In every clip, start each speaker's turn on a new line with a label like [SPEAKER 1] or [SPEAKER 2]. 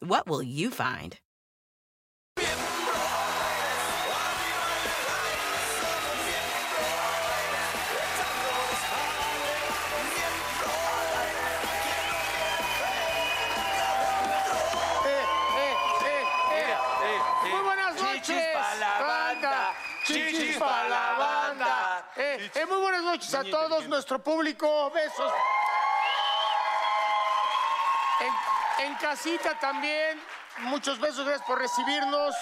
[SPEAKER 1] What will you find?
[SPEAKER 2] Muy buenas noches.
[SPEAKER 3] Chichis pa' la banda.
[SPEAKER 2] Chichis pa' la banda. Eh, eh, muy buenas noches a todos, nuestro público. Besos. En, en casita también, muchos besos, gracias por recibirnos.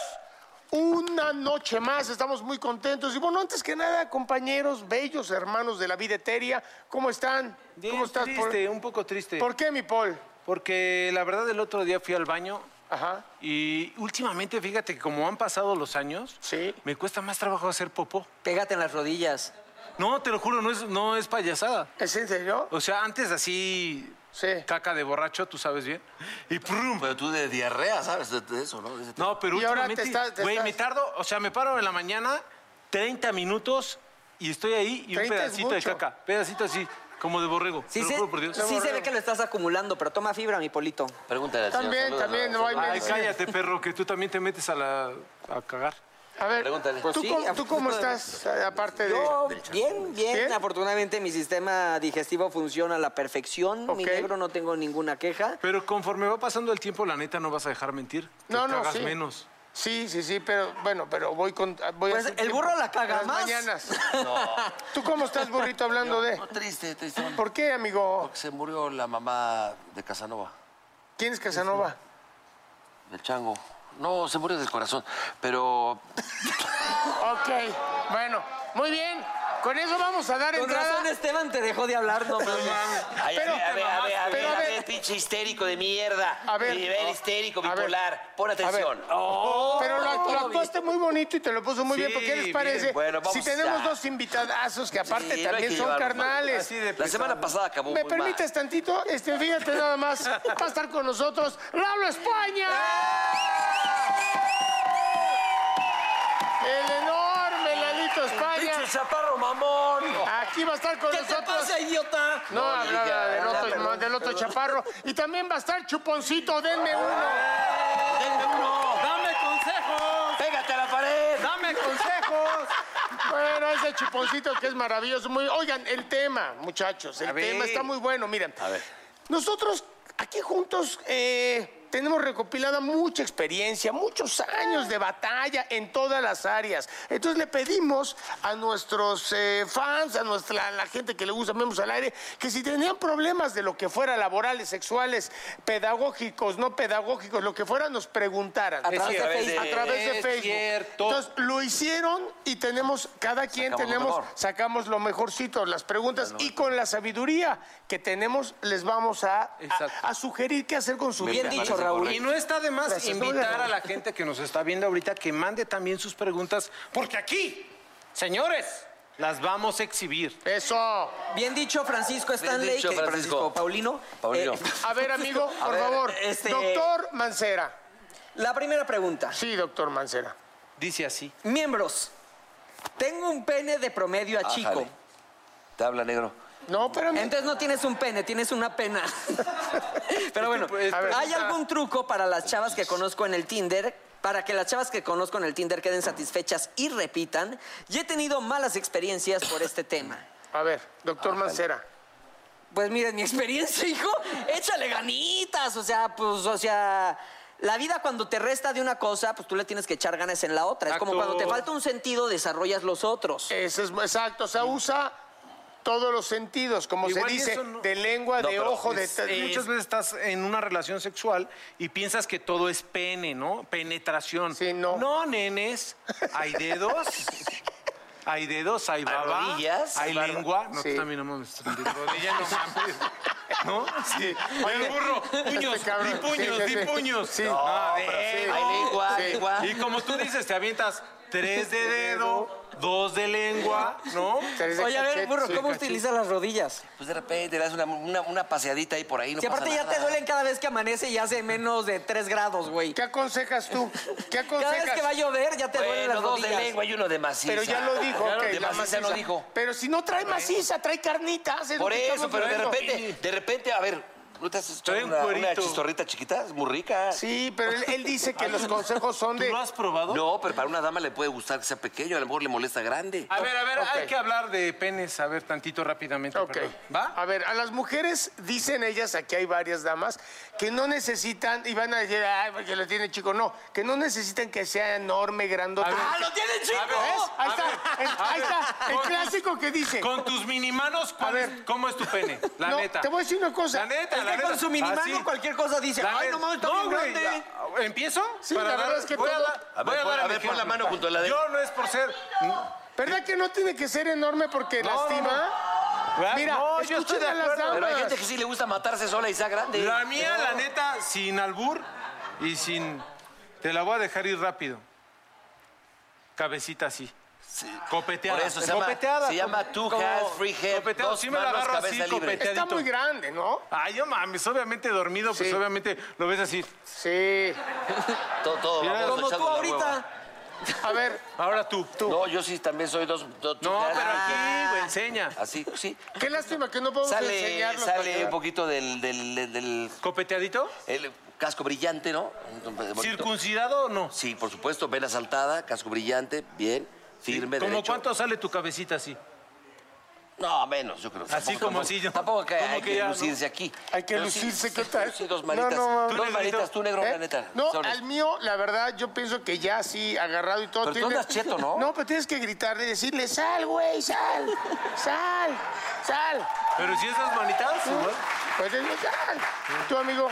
[SPEAKER 2] Una noche más, estamos muy contentos. Y bueno, antes que nada, compañeros, bellos hermanos de la vida etérea, ¿cómo están?
[SPEAKER 3] Bien
[SPEAKER 2] ¿Cómo estás, Paul?
[SPEAKER 3] triste, un poco triste.
[SPEAKER 2] ¿Por qué, mi Paul?
[SPEAKER 3] Porque la verdad el otro día fui al baño
[SPEAKER 2] Ajá.
[SPEAKER 3] y últimamente, fíjate, que como han pasado los años,
[SPEAKER 2] Sí.
[SPEAKER 3] me cuesta más trabajo hacer popó.
[SPEAKER 4] Pégate en las rodillas.
[SPEAKER 3] No, te lo juro, no es, no es payasada.
[SPEAKER 2] ¿Es en serio?
[SPEAKER 3] O sea, antes así,
[SPEAKER 2] Sí.
[SPEAKER 3] caca de borracho, tú sabes bien. Y prum.
[SPEAKER 5] Pero tú de diarrea, ¿sabes? De, de eso, ¿no? De ese tipo.
[SPEAKER 3] No, pero
[SPEAKER 2] Y ahora te
[SPEAKER 3] últimamente,
[SPEAKER 2] estás- te
[SPEAKER 3] güey,
[SPEAKER 2] estás-
[SPEAKER 3] me tardo, o sea, me paro en la mañana, 30 minutos y estoy ahí y un
[SPEAKER 2] 30 es
[SPEAKER 3] pedacito de
[SPEAKER 2] mucho.
[SPEAKER 3] caca, pedacito así, como de borrego.
[SPEAKER 4] Sí,
[SPEAKER 3] te lo
[SPEAKER 4] se,
[SPEAKER 3] juro por Dios.
[SPEAKER 4] Pues, sí se ve que lo estás acumulando, pero toma fibra, mi polito.
[SPEAKER 5] Pregúntale al señor,
[SPEAKER 2] También,
[SPEAKER 5] salúdalo,
[SPEAKER 2] también, no hay
[SPEAKER 4] Ah,
[SPEAKER 5] salúdalo.
[SPEAKER 3] Ay,
[SPEAKER 2] sí.
[SPEAKER 3] cállate, perro, que tú también te metes a la a cagar.
[SPEAKER 2] A ver,
[SPEAKER 5] Pregúntale.
[SPEAKER 2] ¿tú,
[SPEAKER 5] Pues
[SPEAKER 4] sí,
[SPEAKER 2] cómo,
[SPEAKER 4] a-
[SPEAKER 2] tú cómo estás? Aparte de.
[SPEAKER 4] Yo, bien, bien,
[SPEAKER 2] ¿Bien?
[SPEAKER 4] Afortunadamente mi sistema digestivo funciona a la perfección. Mi
[SPEAKER 2] Ok.
[SPEAKER 4] negro no tengo ninguna queja.
[SPEAKER 3] Pero conforme va pasando el tiempo, la neta no vas a dejar mentir. Te
[SPEAKER 2] No, no,
[SPEAKER 3] cagas
[SPEAKER 2] sí.
[SPEAKER 3] menos.
[SPEAKER 2] Sí, sí, sí, pero bueno, pero voy con. Voy
[SPEAKER 4] Pues,
[SPEAKER 2] hacer
[SPEAKER 4] el
[SPEAKER 2] tiempo.
[SPEAKER 4] burro la caga
[SPEAKER 2] Las
[SPEAKER 4] más.
[SPEAKER 2] mañanas. ¿Tú cómo estás, burrito, hablando de.?
[SPEAKER 5] No, triste, triste.
[SPEAKER 2] ¿Por qué, amigo?
[SPEAKER 5] Porque se murió la mamá de Casanova,
[SPEAKER 2] ¿Quién es Casanova?
[SPEAKER 5] del chango. No, se murió del corazón. Pero
[SPEAKER 2] Ok, bueno, muy bien. Con eso vamos a dar
[SPEAKER 4] Con
[SPEAKER 2] entrada.
[SPEAKER 4] razón Esteban te dejó de hablar, no mames.
[SPEAKER 6] Ay,
[SPEAKER 2] Pero-
[SPEAKER 6] a ver, a ver, a ver, a ver,
[SPEAKER 2] pero a
[SPEAKER 6] a
[SPEAKER 2] ver.
[SPEAKER 6] ver, pinche histérico de mierda.
[SPEAKER 2] A ver.
[SPEAKER 6] Nivel histérico,
[SPEAKER 2] A ver.
[SPEAKER 6] bipolar. Pon
[SPEAKER 2] ver.
[SPEAKER 6] atención. Oh.
[SPEAKER 2] Pero lo, lo actuaste muy bonito y te lo puso muy
[SPEAKER 3] Sí,
[SPEAKER 2] bien. porque qué les
[SPEAKER 3] bien,
[SPEAKER 2] parece?
[SPEAKER 6] bueno, vamos
[SPEAKER 2] si tenemos
[SPEAKER 6] a-
[SPEAKER 2] dos invitadazos que aparte
[SPEAKER 6] Sí, no hay
[SPEAKER 2] también
[SPEAKER 6] que
[SPEAKER 2] son
[SPEAKER 6] llevarlo mal.
[SPEAKER 2] carnales.
[SPEAKER 3] Así de
[SPEAKER 6] La semana pasada acabó
[SPEAKER 2] ¿Me
[SPEAKER 6] muy
[SPEAKER 2] permites tantito? Este, fíjate nada más. Va a estar con nosotros Raúl España. El enorme Lalito
[SPEAKER 6] mal.
[SPEAKER 2] España.
[SPEAKER 6] ¡Pinche chaparro mamón!
[SPEAKER 2] Aquí va a estar con
[SPEAKER 4] ¿Qué te
[SPEAKER 2] nosotros.
[SPEAKER 4] pasa, idiota?
[SPEAKER 2] No, hablaba
[SPEAKER 6] ya,
[SPEAKER 2] del
[SPEAKER 6] ya,
[SPEAKER 2] otro,
[SPEAKER 6] perdón,
[SPEAKER 2] del otro chaparro. Y también va a estar Chuponcito, denme uno.
[SPEAKER 6] ¡Denme uno!
[SPEAKER 3] ¡Dame consejos!
[SPEAKER 6] ¡Pégate a la pared!
[SPEAKER 3] ¡Dame consejos!
[SPEAKER 2] Bueno, ese Chuponcito que es maravilloso. Muy... Oigan, el tema, muchachos, el
[SPEAKER 3] A ver.
[SPEAKER 2] tema está muy bueno. Miren, nosotros aquí juntos eh, tenemos recopilada mucha experiencia, muchos años de batalla en todas las áreas. Entonces le pedimos a nuestros eh, fans, a nuestra a la gente que le gusta Memos al Aire, que si tenían problemas de lo que fuera, laborales, sexuales, pedagógicos, no pedagógicos, lo que fuera, nos preguntaran.
[SPEAKER 4] A través de
[SPEAKER 2] a
[SPEAKER 4] Facebook.
[SPEAKER 2] través de
[SPEAKER 3] Es
[SPEAKER 2] Facebook.
[SPEAKER 3] cierto.
[SPEAKER 2] Entonces lo hicieron y tenemos, cada quien
[SPEAKER 5] Sacamos lo
[SPEAKER 2] tenemos,
[SPEAKER 5] mejor.
[SPEAKER 2] sacamos lo mejorcito, las preguntas y con la sabiduría que tenemos les vamos a, a-
[SPEAKER 3] Exacto.
[SPEAKER 2] a sugerir qué hacer con su
[SPEAKER 4] Bien
[SPEAKER 2] vida.
[SPEAKER 4] dicho, Raúl.
[SPEAKER 3] Y no está de más
[SPEAKER 2] Gracias, no,
[SPEAKER 3] invitar
[SPEAKER 2] no.
[SPEAKER 3] a la gente que nos está viendo ahorita que mande también sus preguntas, porque aquí, señores, las vamos a exhibir.
[SPEAKER 2] Eso. A
[SPEAKER 4] Bien dicho, Francisco Stanley.
[SPEAKER 5] dicho,
[SPEAKER 4] que-
[SPEAKER 5] Francisco.
[SPEAKER 4] Paulino. Eh,
[SPEAKER 5] Paulino.
[SPEAKER 2] ver, amigo, por
[SPEAKER 4] ver,
[SPEAKER 2] favor.
[SPEAKER 4] este-
[SPEAKER 2] Doctor Mancera.
[SPEAKER 4] la primera pregunta.
[SPEAKER 2] Sí, doctor Mancera.
[SPEAKER 3] Dice así.
[SPEAKER 4] Miembros. Tengo un pene de promedio a
[SPEAKER 5] Ah,
[SPEAKER 4] chico.
[SPEAKER 5] jale. te habla negro.
[SPEAKER 2] No, espérame.
[SPEAKER 4] Entonces no tienes un pene, tienes una pena. Pero bueno,
[SPEAKER 3] Pues,
[SPEAKER 2] a ver.
[SPEAKER 4] ¿hay algún truco para las chavas que conozco en el Tinder? Para que las chavas que conozco en el Tinder queden satisfechas y repitan. Y he tenido malas experiencias por este tema.
[SPEAKER 2] A ver, doctor Mancera.
[SPEAKER 4] Pues miren, mi experiencia, hijo, échale ganitas. O sea, pues, o sea, La vida cuando te resta de una cosa, pues tú le tienes que echar ganas en la otra. Es como
[SPEAKER 3] Exacto.
[SPEAKER 4] cuando te falta un sentido, desarrollas los otros.
[SPEAKER 2] Ese es exacto, o sea, usa todos los sentidos, como
[SPEAKER 3] Igual
[SPEAKER 2] se
[SPEAKER 3] y
[SPEAKER 2] dice,
[SPEAKER 3] eso no-
[SPEAKER 2] de lengua,
[SPEAKER 6] No,
[SPEAKER 2] de
[SPEAKER 6] pero
[SPEAKER 2] ojo, de...
[SPEAKER 3] Es- muchas veces estás en una relación sexual y piensas que todo es pene, ¿no? Penetración.
[SPEAKER 2] Sí, no.
[SPEAKER 3] No, nenes. Hay dedos. Hay dedos, hay baba.
[SPEAKER 6] rodillas,
[SPEAKER 3] Hay
[SPEAKER 6] hay barba.
[SPEAKER 3] lengua. No,
[SPEAKER 2] Sí.
[SPEAKER 3] tú también no mames. De rodilla no mames. ¿No? Sí. Oye, burro, puños,
[SPEAKER 2] Este cabrón.
[SPEAKER 3] di puños,
[SPEAKER 2] Sí, sí,
[SPEAKER 3] di
[SPEAKER 2] sí.
[SPEAKER 3] puños.
[SPEAKER 2] Sí.
[SPEAKER 3] No,
[SPEAKER 2] No,
[SPEAKER 3] de-
[SPEAKER 2] pero sí.
[SPEAKER 6] Hay lengua,
[SPEAKER 2] Sí.
[SPEAKER 6] lengua.
[SPEAKER 3] Y como tú dices, te avientas tres de dedo, dos de lengua, ¿no?
[SPEAKER 4] Oye, a ver, burro, ¿cómo utilizas las rodillas?
[SPEAKER 6] Pues de repente le das una, una, una paseadita ahí por ahí, no
[SPEAKER 4] si aparte
[SPEAKER 6] pasa
[SPEAKER 4] ya
[SPEAKER 6] nada.
[SPEAKER 4] te duelen cada vez que amanece y hace menos de 3 grados, güey.
[SPEAKER 2] ¿Qué aconsejas tú? ¿Qué
[SPEAKER 4] Cada vez que va a
[SPEAKER 2] aconsejas?
[SPEAKER 4] llover ya te duelen
[SPEAKER 6] Bueno,
[SPEAKER 4] las
[SPEAKER 6] dos de
[SPEAKER 4] rodillas.
[SPEAKER 6] lengua y uno de maciza.
[SPEAKER 2] Pero ya lo dijo,
[SPEAKER 6] Claro,
[SPEAKER 2] ok,
[SPEAKER 6] de
[SPEAKER 2] la
[SPEAKER 6] maciza lo dijo.
[SPEAKER 2] Pero si no trae maciza, trae carnitas. es lo
[SPEAKER 6] Por
[SPEAKER 2] que
[SPEAKER 6] eso,
[SPEAKER 2] estamos
[SPEAKER 6] pero de
[SPEAKER 2] viendo.
[SPEAKER 6] repente, de repente, a ver, ¿no te has hecho
[SPEAKER 3] Trae un
[SPEAKER 6] una,
[SPEAKER 3] cuerito.
[SPEAKER 6] una chistorrita chiquita? Es muy rica.
[SPEAKER 2] Sí, pero él, él dice que los consejos son
[SPEAKER 3] ¿Tú
[SPEAKER 2] de...
[SPEAKER 3] lo has probado?
[SPEAKER 6] No, pero para una dama le puede gustar que sea pequeño, a lo mejor le molesta grande.
[SPEAKER 3] A ver, a ver, hay
[SPEAKER 2] Ok.
[SPEAKER 3] que hablar de penes, a ver, tantito rápidamente.
[SPEAKER 2] Ok.
[SPEAKER 3] perdón. ¿Va?
[SPEAKER 2] A ver, a las mujeres dicen ellas, aquí hay varias damas, que no necesitan, y van a decir, ay, porque lo tiene chico. No, que no necesitan que sea enorme, grandote.
[SPEAKER 3] A ver.
[SPEAKER 2] ¡Ah,
[SPEAKER 6] lo tiene chico!
[SPEAKER 3] A ver,
[SPEAKER 2] ¿Ves? Ahí
[SPEAKER 3] a
[SPEAKER 2] está,
[SPEAKER 3] ver,
[SPEAKER 2] el-
[SPEAKER 3] a
[SPEAKER 2] ahí
[SPEAKER 3] ver.
[SPEAKER 2] está, el
[SPEAKER 3] Con-
[SPEAKER 2] clásico que dice.
[SPEAKER 3] Con tus minimanos, ¿cuál
[SPEAKER 2] A
[SPEAKER 3] es-
[SPEAKER 2] ver.
[SPEAKER 3] ¿cómo es tu pene? La
[SPEAKER 2] No,
[SPEAKER 3] neta.
[SPEAKER 2] Te voy a decir una cosa.
[SPEAKER 3] La neta,
[SPEAKER 4] Es
[SPEAKER 3] la
[SPEAKER 4] que
[SPEAKER 3] neta.
[SPEAKER 4] con su minimano
[SPEAKER 3] Así.
[SPEAKER 4] cualquier cosa dice,
[SPEAKER 3] La
[SPEAKER 4] ay,
[SPEAKER 3] neta.
[SPEAKER 4] no mames, está
[SPEAKER 3] No,
[SPEAKER 4] bien
[SPEAKER 3] güey,
[SPEAKER 4] grande. eh".
[SPEAKER 3] la- ¿Empiezo?
[SPEAKER 2] Sí, la verdad es que
[SPEAKER 3] voy a
[SPEAKER 2] todo-
[SPEAKER 3] dar-
[SPEAKER 6] A ver,
[SPEAKER 3] voy a
[SPEAKER 6] pon-
[SPEAKER 3] dar
[SPEAKER 6] a
[SPEAKER 3] el
[SPEAKER 6] ver, pon la
[SPEAKER 3] ejemplo.
[SPEAKER 6] mano junto a la de-
[SPEAKER 3] Yo no es por ser...
[SPEAKER 2] ¿Verdad que no tiene que ser enorme porque
[SPEAKER 3] no,
[SPEAKER 2] lastima? Mira,
[SPEAKER 3] no, yo estoy
[SPEAKER 2] escuchen
[SPEAKER 3] de
[SPEAKER 2] a las
[SPEAKER 3] acuerdo.
[SPEAKER 2] damas.
[SPEAKER 6] Pero hay gente que sí le gusta matarse sola y sea grande.
[SPEAKER 3] La mía, la neta, sin albur y sin... Te la voy a dejar ir rápido. Cabecita así. Copeteada.
[SPEAKER 6] Por eso se llama,
[SPEAKER 3] copeteada.
[SPEAKER 6] se llama Two
[SPEAKER 3] como-
[SPEAKER 6] Hands Free Head.
[SPEAKER 3] copeteada.
[SPEAKER 6] Dos
[SPEAKER 3] Sí me la
[SPEAKER 6] manos,
[SPEAKER 3] agarro así,
[SPEAKER 6] cabeza libre.
[SPEAKER 3] copeteada.
[SPEAKER 2] Está
[SPEAKER 3] Teadito.
[SPEAKER 2] muy grande, ¿no?
[SPEAKER 3] Ay, yo mames, obviamente dormido, pues
[SPEAKER 2] Sí.
[SPEAKER 3] obviamente lo ves así.
[SPEAKER 2] Sí.
[SPEAKER 6] Todo, todo
[SPEAKER 3] Mira,
[SPEAKER 6] baboso,
[SPEAKER 4] Como tú
[SPEAKER 6] echando la hueva.
[SPEAKER 4] ahorita.
[SPEAKER 2] A ver,
[SPEAKER 3] Ahora tú.
[SPEAKER 6] No, yo sí también soy dos. dos two
[SPEAKER 3] No,
[SPEAKER 6] hands.
[SPEAKER 3] pero
[SPEAKER 6] Ah.
[SPEAKER 3] aquí, güey, enseña.
[SPEAKER 6] Así, sí.
[SPEAKER 2] qué lástima que no podemos
[SPEAKER 6] Sale,
[SPEAKER 2] enseñarlo.
[SPEAKER 6] sale un poquito del, del, del, del-
[SPEAKER 3] ¿Copeteadito?
[SPEAKER 6] el casco brillante, ¿no? Bonito.
[SPEAKER 3] ¿Circuncidado o no?
[SPEAKER 6] Sí, por supuesto, vela saltada, casco brillante, bien, firme,
[SPEAKER 3] ¿Cómo
[SPEAKER 6] derecho.
[SPEAKER 3] cuánto sale tu cabecita así?
[SPEAKER 6] No, menos, yo creo.
[SPEAKER 3] Así como así, yo-
[SPEAKER 6] Tampoco que
[SPEAKER 3] como
[SPEAKER 6] hay
[SPEAKER 3] que
[SPEAKER 6] que,
[SPEAKER 3] ya, ¿no?
[SPEAKER 6] lucirse aquí.
[SPEAKER 2] Hay que
[SPEAKER 6] Yo sí-
[SPEAKER 2] lucirse,
[SPEAKER 6] sí,
[SPEAKER 2] ¿qué tal?
[SPEAKER 6] yo Sí, dos
[SPEAKER 2] No,
[SPEAKER 6] manitas.
[SPEAKER 2] no,
[SPEAKER 3] ¿Tú,
[SPEAKER 6] dos
[SPEAKER 3] negrito?
[SPEAKER 6] manitas, tú negro, la
[SPEAKER 2] ¿Eh?
[SPEAKER 6] neta.
[SPEAKER 2] No,
[SPEAKER 6] Sorry.
[SPEAKER 2] al mío, la verdad, yo pienso que ya así, agarrado y todo.
[SPEAKER 6] Pero tú andas cheto, ¿no?
[SPEAKER 2] No, pero tienes que gritarle y decirle, sal, güey, sal, sal, sal.
[SPEAKER 3] Pero si esas manitas, güey.
[SPEAKER 2] Pues es sal. Tú, amigo,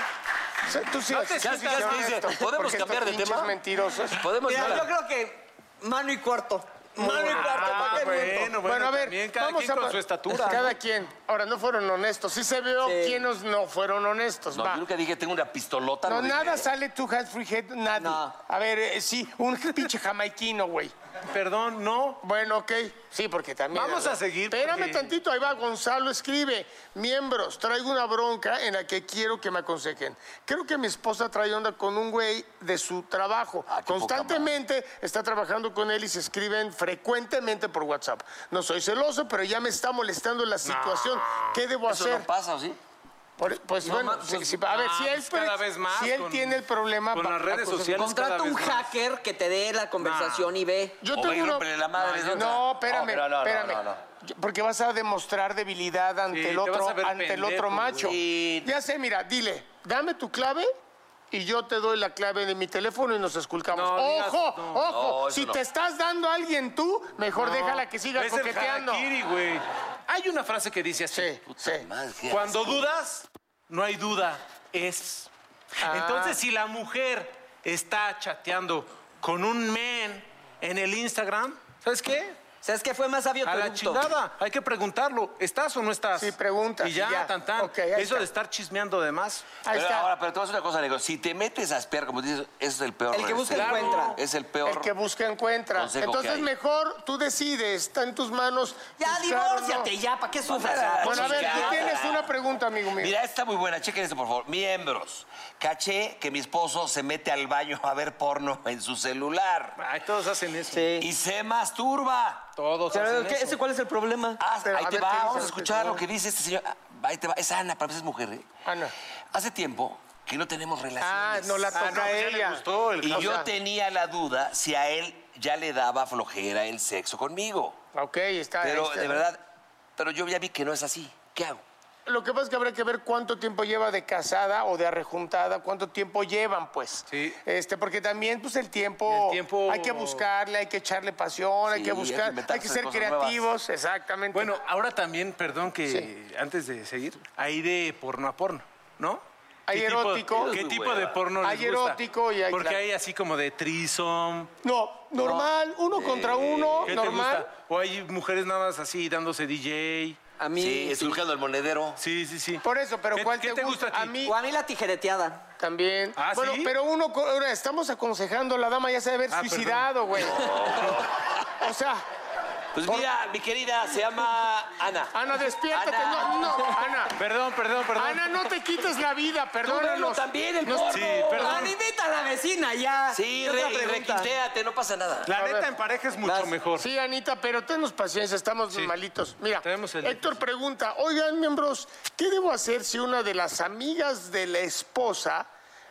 [SPEAKER 2] sa- tú sí.
[SPEAKER 3] No te
[SPEAKER 2] ya
[SPEAKER 3] sientas, dice,
[SPEAKER 6] ¿podemos cambiar de tema?
[SPEAKER 2] mentirosos.
[SPEAKER 6] Podemos
[SPEAKER 4] Mira,
[SPEAKER 6] nada.
[SPEAKER 4] yo creo que mano y cuarto. Mano y cuarto, ¿para
[SPEAKER 3] Ah,
[SPEAKER 4] qué miento?
[SPEAKER 3] bueno, bueno,
[SPEAKER 2] Bueno, a ver,
[SPEAKER 3] también cada
[SPEAKER 2] vamos
[SPEAKER 3] quien
[SPEAKER 2] a
[SPEAKER 3] con
[SPEAKER 2] pa-
[SPEAKER 3] su estatura.
[SPEAKER 2] Cada quien. Ahora, no fueron honestos. Sí se vio
[SPEAKER 4] Sí.
[SPEAKER 2] quiénes no fueron honestos.
[SPEAKER 6] No,
[SPEAKER 2] va.
[SPEAKER 6] yo nunca dije tengo una pistolota.
[SPEAKER 2] No,
[SPEAKER 6] lo dije,
[SPEAKER 2] nada
[SPEAKER 6] ¿eh?
[SPEAKER 2] sale tu hands free head, nada.
[SPEAKER 4] No.
[SPEAKER 2] A ver, eh, sí, un pinche jamaiquino, güey.
[SPEAKER 3] ¿no? Perdón, no.
[SPEAKER 2] Bueno, ok. Sí, porque también.
[SPEAKER 3] Vamos a seguir,
[SPEAKER 2] Espérame
[SPEAKER 3] porque-
[SPEAKER 2] tantito, ahí va. Gonzalo escribe: Miembros, traigo una bronca en la que quiero que me aconsejen. Creo que mi esposa trae onda con un güey de su trabajo.
[SPEAKER 6] Ah, qué poca
[SPEAKER 2] Constantemente está trabajando con él y se escriben frecuentemente por WhatsApp. No soy celoso, pero ya me está molestando la situación. ¿Qué debo
[SPEAKER 6] Eso
[SPEAKER 2] hacer?
[SPEAKER 6] no pasa, ¿o ¿sí?
[SPEAKER 2] Por- pues bueno,
[SPEAKER 4] ma-
[SPEAKER 2] si-
[SPEAKER 4] pues,
[SPEAKER 2] si- a ver, si
[SPEAKER 3] Ah,
[SPEAKER 2] él,
[SPEAKER 3] pues, cada vez más
[SPEAKER 2] si él
[SPEAKER 3] con-
[SPEAKER 2] tiene el problema.
[SPEAKER 3] con
[SPEAKER 2] pa- ah, pues,
[SPEAKER 3] las redes
[SPEAKER 2] aconsejar-
[SPEAKER 3] sociales.
[SPEAKER 4] Contrata
[SPEAKER 3] cada
[SPEAKER 4] un
[SPEAKER 3] vez más.
[SPEAKER 4] hacker que te dé la conversación y ve.
[SPEAKER 2] Yo
[SPEAKER 6] O
[SPEAKER 2] tengo
[SPEAKER 6] ve y
[SPEAKER 2] una-
[SPEAKER 6] rómpele la madre,
[SPEAKER 2] No,
[SPEAKER 6] ¿no?
[SPEAKER 2] no, espérame,
[SPEAKER 6] No, no, no,
[SPEAKER 2] espérame.
[SPEAKER 6] no, no.
[SPEAKER 2] Yo- Porque vas a demostrar debilidad ante
[SPEAKER 3] Sí,
[SPEAKER 2] el
[SPEAKER 3] te
[SPEAKER 2] otro,
[SPEAKER 3] vas a ver
[SPEAKER 2] ante el
[SPEAKER 3] pendejo,
[SPEAKER 2] otro macho.
[SPEAKER 6] güey.
[SPEAKER 2] Ya sé, mira, dile, dame tu clave y yo te doy la clave de mi teléfono y nos esculcamos.
[SPEAKER 3] No, digas,
[SPEAKER 2] ojo,
[SPEAKER 3] no.
[SPEAKER 2] ojo,
[SPEAKER 6] No, eso
[SPEAKER 2] si
[SPEAKER 6] no.
[SPEAKER 2] te estás dando a alguien tú, mejor
[SPEAKER 3] No.
[SPEAKER 2] déjala que siga
[SPEAKER 3] Es el
[SPEAKER 2] coqueteando.
[SPEAKER 3] harakiri, güey. Hay una frase que dice así.
[SPEAKER 2] Sí, sí.
[SPEAKER 6] Madre, qué
[SPEAKER 3] Cuando dudas, no hay duda, es.
[SPEAKER 2] Ah.
[SPEAKER 3] Entonces, si la mujer está chateando con un men en el Instagram, ¿sabes qué?
[SPEAKER 4] ¿Sabes qué fue más sabio tu
[SPEAKER 3] A la
[SPEAKER 4] eructo?
[SPEAKER 3] chingada, hay que preguntarlo. ¿Estás o no estás?
[SPEAKER 2] Sí, preguntas,
[SPEAKER 3] Y ya,
[SPEAKER 2] y ya.
[SPEAKER 3] tan, tan.
[SPEAKER 2] Ok, ahí
[SPEAKER 3] Eso
[SPEAKER 2] está.
[SPEAKER 3] de estar chismeando de más.
[SPEAKER 2] Ahí
[SPEAKER 6] Pero
[SPEAKER 2] está.
[SPEAKER 6] Ahora, pero te vas a hacer una cosa, negro. Si te metes a espiar, como dices, ese es el peor.
[SPEAKER 4] El que busca
[SPEAKER 6] regreso.
[SPEAKER 4] encuentra.
[SPEAKER 6] Es el peor.
[SPEAKER 2] El que busca encuentra.
[SPEAKER 6] consejo que
[SPEAKER 2] Entonces
[SPEAKER 6] hay.
[SPEAKER 2] mejor tú decides, está en tus manos.
[SPEAKER 4] Ya,
[SPEAKER 2] buscar o Pues no.
[SPEAKER 4] divórciate, ya, ¿para qué sufres? Pues
[SPEAKER 2] Bueno, a ver, tú
[SPEAKER 6] Ya.
[SPEAKER 2] tienes una pregunta, amigo mío.
[SPEAKER 6] Mira, está muy buena. Chequen esto, por favor. Miembros. Caché que mi esposo se mete al baño a ver porno en su celular.
[SPEAKER 3] Ay, todos hacen eso.
[SPEAKER 6] Y se masturba.
[SPEAKER 3] Todos
[SPEAKER 4] Pero,
[SPEAKER 3] hacen
[SPEAKER 4] ¿qué-
[SPEAKER 3] eso.
[SPEAKER 4] ese ¿Cuál es el problema?
[SPEAKER 6] Ah,
[SPEAKER 2] Pero,
[SPEAKER 6] ahí
[SPEAKER 2] a
[SPEAKER 6] te
[SPEAKER 2] ver,
[SPEAKER 6] va.
[SPEAKER 2] ¿qué dice
[SPEAKER 6] Vamos a
[SPEAKER 2] este
[SPEAKER 6] escuchar
[SPEAKER 2] señor?
[SPEAKER 6] lo que dice este señor. Ah, Ahí te va. Es Ana, para mí es mujer, ¿eh?
[SPEAKER 2] Ana.
[SPEAKER 6] Hace tiempo que no tenemos
[SPEAKER 2] Ah,
[SPEAKER 6] relaciones.
[SPEAKER 2] no la toca
[SPEAKER 3] no, pues ya le
[SPEAKER 2] ella.
[SPEAKER 3] gustó el
[SPEAKER 6] Y
[SPEAKER 3] cabrón.
[SPEAKER 6] yo
[SPEAKER 2] O sea-
[SPEAKER 6] tenía la duda si a él ya le daba flojera el sexo conmigo.
[SPEAKER 2] Ok, está.
[SPEAKER 6] Pero
[SPEAKER 2] está.
[SPEAKER 6] de verdad, pero yo ya vi que no es así. ¿Qué hago?
[SPEAKER 2] Lo que pasa es que habrá que ver cuánto tiempo lleva de casada o de arrejuntada, cuánto tiempo llevan, pues.
[SPEAKER 3] Sí.
[SPEAKER 2] Este, porque también, pues, el tiempo,
[SPEAKER 3] El tiempo-
[SPEAKER 2] hay que buscarle, hay que echarle pasión, hay
[SPEAKER 6] Sí,
[SPEAKER 2] que
[SPEAKER 6] hay que
[SPEAKER 2] buscar, hay que,
[SPEAKER 6] inventarse
[SPEAKER 2] ser
[SPEAKER 6] cosas nuevas.
[SPEAKER 2] creativos, exactamente.
[SPEAKER 3] Bueno, ahora también, perdón que antes de seguir, hay de porno a porno, ¿no?
[SPEAKER 2] Hay
[SPEAKER 3] ¿Qué tipo-
[SPEAKER 2] erótico.
[SPEAKER 3] ¿Qué tipo de porno les
[SPEAKER 2] Hay
[SPEAKER 3] gusta?
[SPEAKER 2] erótico y hay-
[SPEAKER 3] Porque
[SPEAKER 2] claro.
[SPEAKER 3] hay así como de trisom.
[SPEAKER 2] no, normal, uno contra uno,
[SPEAKER 3] ¿Qué te
[SPEAKER 2] normal.
[SPEAKER 3] gusta? O hay mujeres nada más así dándose DJ.
[SPEAKER 4] A mí.
[SPEAKER 6] Sí, surgiendo el monedero.
[SPEAKER 3] Sí, sí, sí.
[SPEAKER 2] Por eso, pero
[SPEAKER 3] ¿Qué-
[SPEAKER 2] ¿cuál
[SPEAKER 3] qué
[SPEAKER 2] te,
[SPEAKER 3] te gusta a ti?
[SPEAKER 2] A mí
[SPEAKER 4] O a mí la tijereteada.
[SPEAKER 2] también.
[SPEAKER 3] ¿Ah,
[SPEAKER 2] bueno,
[SPEAKER 3] sí?
[SPEAKER 2] pero uno, co- ahora estamos aconsejando, la dama ya se debe haber
[SPEAKER 3] Ah,
[SPEAKER 2] suicidado, güey. o sea,
[SPEAKER 6] Pues mira, mi querida, se llama Ana.
[SPEAKER 2] Ana, despiértate. No, no, Ana.
[SPEAKER 3] Perdón, perdón, perdón.
[SPEAKER 2] Ana, Ah, no te quites la vida,
[SPEAKER 6] Perdónalo
[SPEAKER 2] perdónanos.
[SPEAKER 6] también, el
[SPEAKER 2] Nos-
[SPEAKER 6] porno.
[SPEAKER 3] Sí, perdón.
[SPEAKER 4] Ah, invita a la vecina ya.
[SPEAKER 6] Sí,
[SPEAKER 4] Otra
[SPEAKER 6] re, y
[SPEAKER 4] pregunta.
[SPEAKER 6] requintéate, no pasa nada.
[SPEAKER 3] La
[SPEAKER 2] A
[SPEAKER 3] neta
[SPEAKER 2] ver.
[SPEAKER 3] en pareja es mucho
[SPEAKER 4] Vas.
[SPEAKER 3] mejor.
[SPEAKER 2] Sí, Anita, pero tennos paciencia, estamos
[SPEAKER 3] Sí.
[SPEAKER 2] malitos. Mira,
[SPEAKER 3] Tenemos el-
[SPEAKER 2] Héctor pregunta, oigan, miembros, ¿qué debo hacer si una de las amigas de la esposa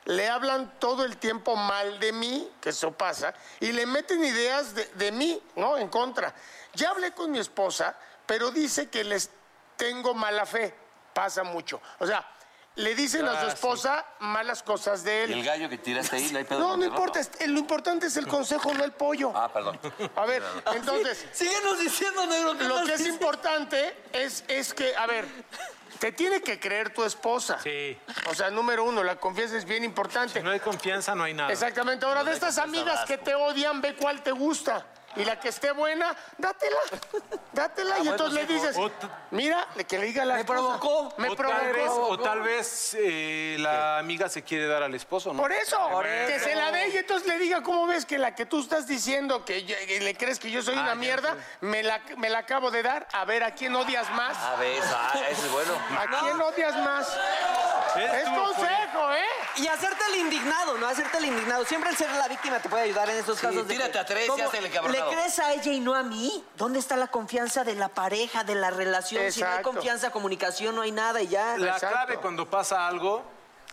[SPEAKER 2] le hablan todo el tiempo mal de mí, que eso pasa, y le meten ideas de, de mí, ¿no? En contra. Ya hablé con mi esposa, pero dice que les tengo mala fe. Ppasa mucho. O sea, le dicen a su esposa malas cosas de
[SPEAKER 6] Y el
[SPEAKER 2] él.
[SPEAKER 6] gallo que tiraste ahí, no hay pedo.
[SPEAKER 2] No, no
[SPEAKER 6] monedero,
[SPEAKER 2] importa, es- lo importante es el consejo, no el pollo.
[SPEAKER 6] Ah, perdón.
[SPEAKER 2] A ver, entonces...
[SPEAKER 4] Síguenos diciendo, negro, que
[SPEAKER 2] Lo
[SPEAKER 4] nos
[SPEAKER 2] que es
[SPEAKER 4] dice.
[SPEAKER 2] importante es, es que, a ver, te tiene que creer tu esposa.
[SPEAKER 3] Sí.
[SPEAKER 2] O sea, número uno, la confianza es bien importante.
[SPEAKER 3] Si no hay confianza, no hay nada.
[SPEAKER 2] Exactamente. Ahora, de estas amigas que te odian, ve cuál te gusta. Y la que esté buena, dátela. Dátela. y entonces le dices,
[SPEAKER 3] Ah, O t-
[SPEAKER 2] mira, le- que le diga la
[SPEAKER 4] Me
[SPEAKER 2] cosa.
[SPEAKER 4] provocó.
[SPEAKER 2] Me
[SPEAKER 3] o Tal vez,
[SPEAKER 2] provocó.
[SPEAKER 3] o tal vez eh, la amiga se quiere dar al esposo, ¿no?
[SPEAKER 2] Por eso,
[SPEAKER 3] Por
[SPEAKER 2] que
[SPEAKER 3] eso.
[SPEAKER 2] se la dé y entonces le diga, ¿cómo ves que la que tú estás diciendo que, yo- que le crees que yo soy una
[SPEAKER 3] ya
[SPEAKER 2] mierda, me la, me la acabo de dar? A ver, ¿a quién odias más?
[SPEAKER 6] A ver, ah, ese es bueno.
[SPEAKER 2] ¿A quién odias más?
[SPEAKER 3] Es
[SPEAKER 2] Es
[SPEAKER 3] tu-
[SPEAKER 2] consejo, ¿eh?
[SPEAKER 4] Y hacerte el indignado, ¿no? Hacerte el indignado. Siempre el ser la víctima te puede ayudar en estos casos. de
[SPEAKER 6] tírate
[SPEAKER 4] que,
[SPEAKER 6] a tres y
[SPEAKER 4] ¿cómo?
[SPEAKER 6] hazte el encabronado.
[SPEAKER 4] ¿Le crees a ella y no a mí? ¿Dónde está la confianza de la pareja, de la relación? Si no hay
[SPEAKER 2] Exacto.
[SPEAKER 4] confianza, comunicación, no hay nada y ya.
[SPEAKER 3] La
[SPEAKER 2] Exacto.
[SPEAKER 3] clave cuando pasa algo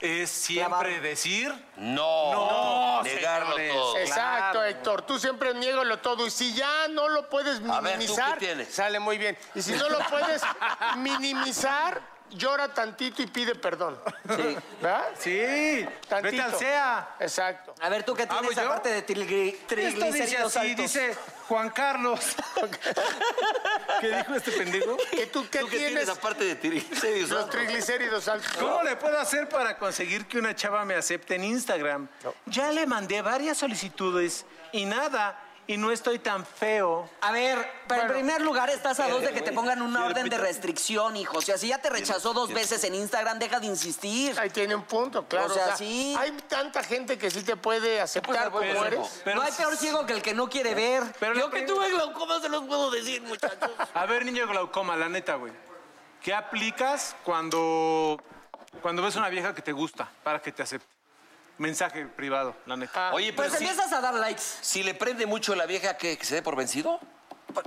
[SPEAKER 3] es siempre
[SPEAKER 4] Clavar.
[SPEAKER 3] decir.
[SPEAKER 6] No,
[SPEAKER 3] No,
[SPEAKER 6] negarlo
[SPEAKER 3] señores.
[SPEAKER 6] todo.
[SPEAKER 2] Exacto,
[SPEAKER 3] Claro.
[SPEAKER 2] Héctor. Tú siempre niégalo todo. Y si ya no lo puedes
[SPEAKER 6] A ver, ¿tú
[SPEAKER 2] minimizar,
[SPEAKER 6] qué tienes?
[SPEAKER 2] sale muy bien. Y si no lo puedes minimizar, llora tantito y pide perdón. ¿Verdad?
[SPEAKER 3] Sí, vete
[SPEAKER 2] Tantito.
[SPEAKER 3] al SEA.
[SPEAKER 2] Exacto.
[SPEAKER 4] A ver, ¿tú qué
[SPEAKER 3] ¿Hago
[SPEAKER 4] tienes
[SPEAKER 3] Ah, pues yo?
[SPEAKER 4] aparte de trigli-
[SPEAKER 3] Esto dice
[SPEAKER 4] triglicéridos
[SPEAKER 3] así,
[SPEAKER 4] altos?
[SPEAKER 3] dice Juan Carlos. ¿Qué dijo este pendejo?
[SPEAKER 2] ¿Que tú qué
[SPEAKER 6] ¿Tú qué
[SPEAKER 2] tienes?
[SPEAKER 6] tienes aparte de triglicéridos?
[SPEAKER 2] Los triglicéridos altos.
[SPEAKER 3] ¿Cómo le puedo hacer para conseguir que una chava me acepte en Instagram? Ya le mandé varias solicitudes y nada, y no estoy tan feo.
[SPEAKER 4] A ver, pero en primer lugar estás a dos de que te pongan una orden de restricción, hijo. O sea, si ya te rechazó dos veces en Instagram, deja de insistir.
[SPEAKER 2] Ahí tiene un punto, claro.
[SPEAKER 4] O sea, sí.
[SPEAKER 2] Hay tanta gente que sí te puede aceptar como
[SPEAKER 3] Pero-
[SPEAKER 2] eres.
[SPEAKER 4] Pues,
[SPEAKER 3] pero
[SPEAKER 4] no hay
[SPEAKER 3] si-
[SPEAKER 4] peor ciego que el que no quiere ver.
[SPEAKER 3] Pero
[SPEAKER 4] Yo
[SPEAKER 3] la
[SPEAKER 4] que
[SPEAKER 3] prim-
[SPEAKER 4] tuve
[SPEAKER 6] ¿Cómo se los puedo decir, muchachos?
[SPEAKER 3] A ver, niño glaucoma, la neta, güey. ¿Qué aplicas cuando, cuando ves una vieja que te gusta para que te acepte? Mensaje privado, la neta.
[SPEAKER 6] Oye, pero
[SPEAKER 4] Pues
[SPEAKER 6] si,
[SPEAKER 4] empiezas a dar likes.
[SPEAKER 6] si le prende mucho la vieja, ¿qué? ¿Que se dé por vencido?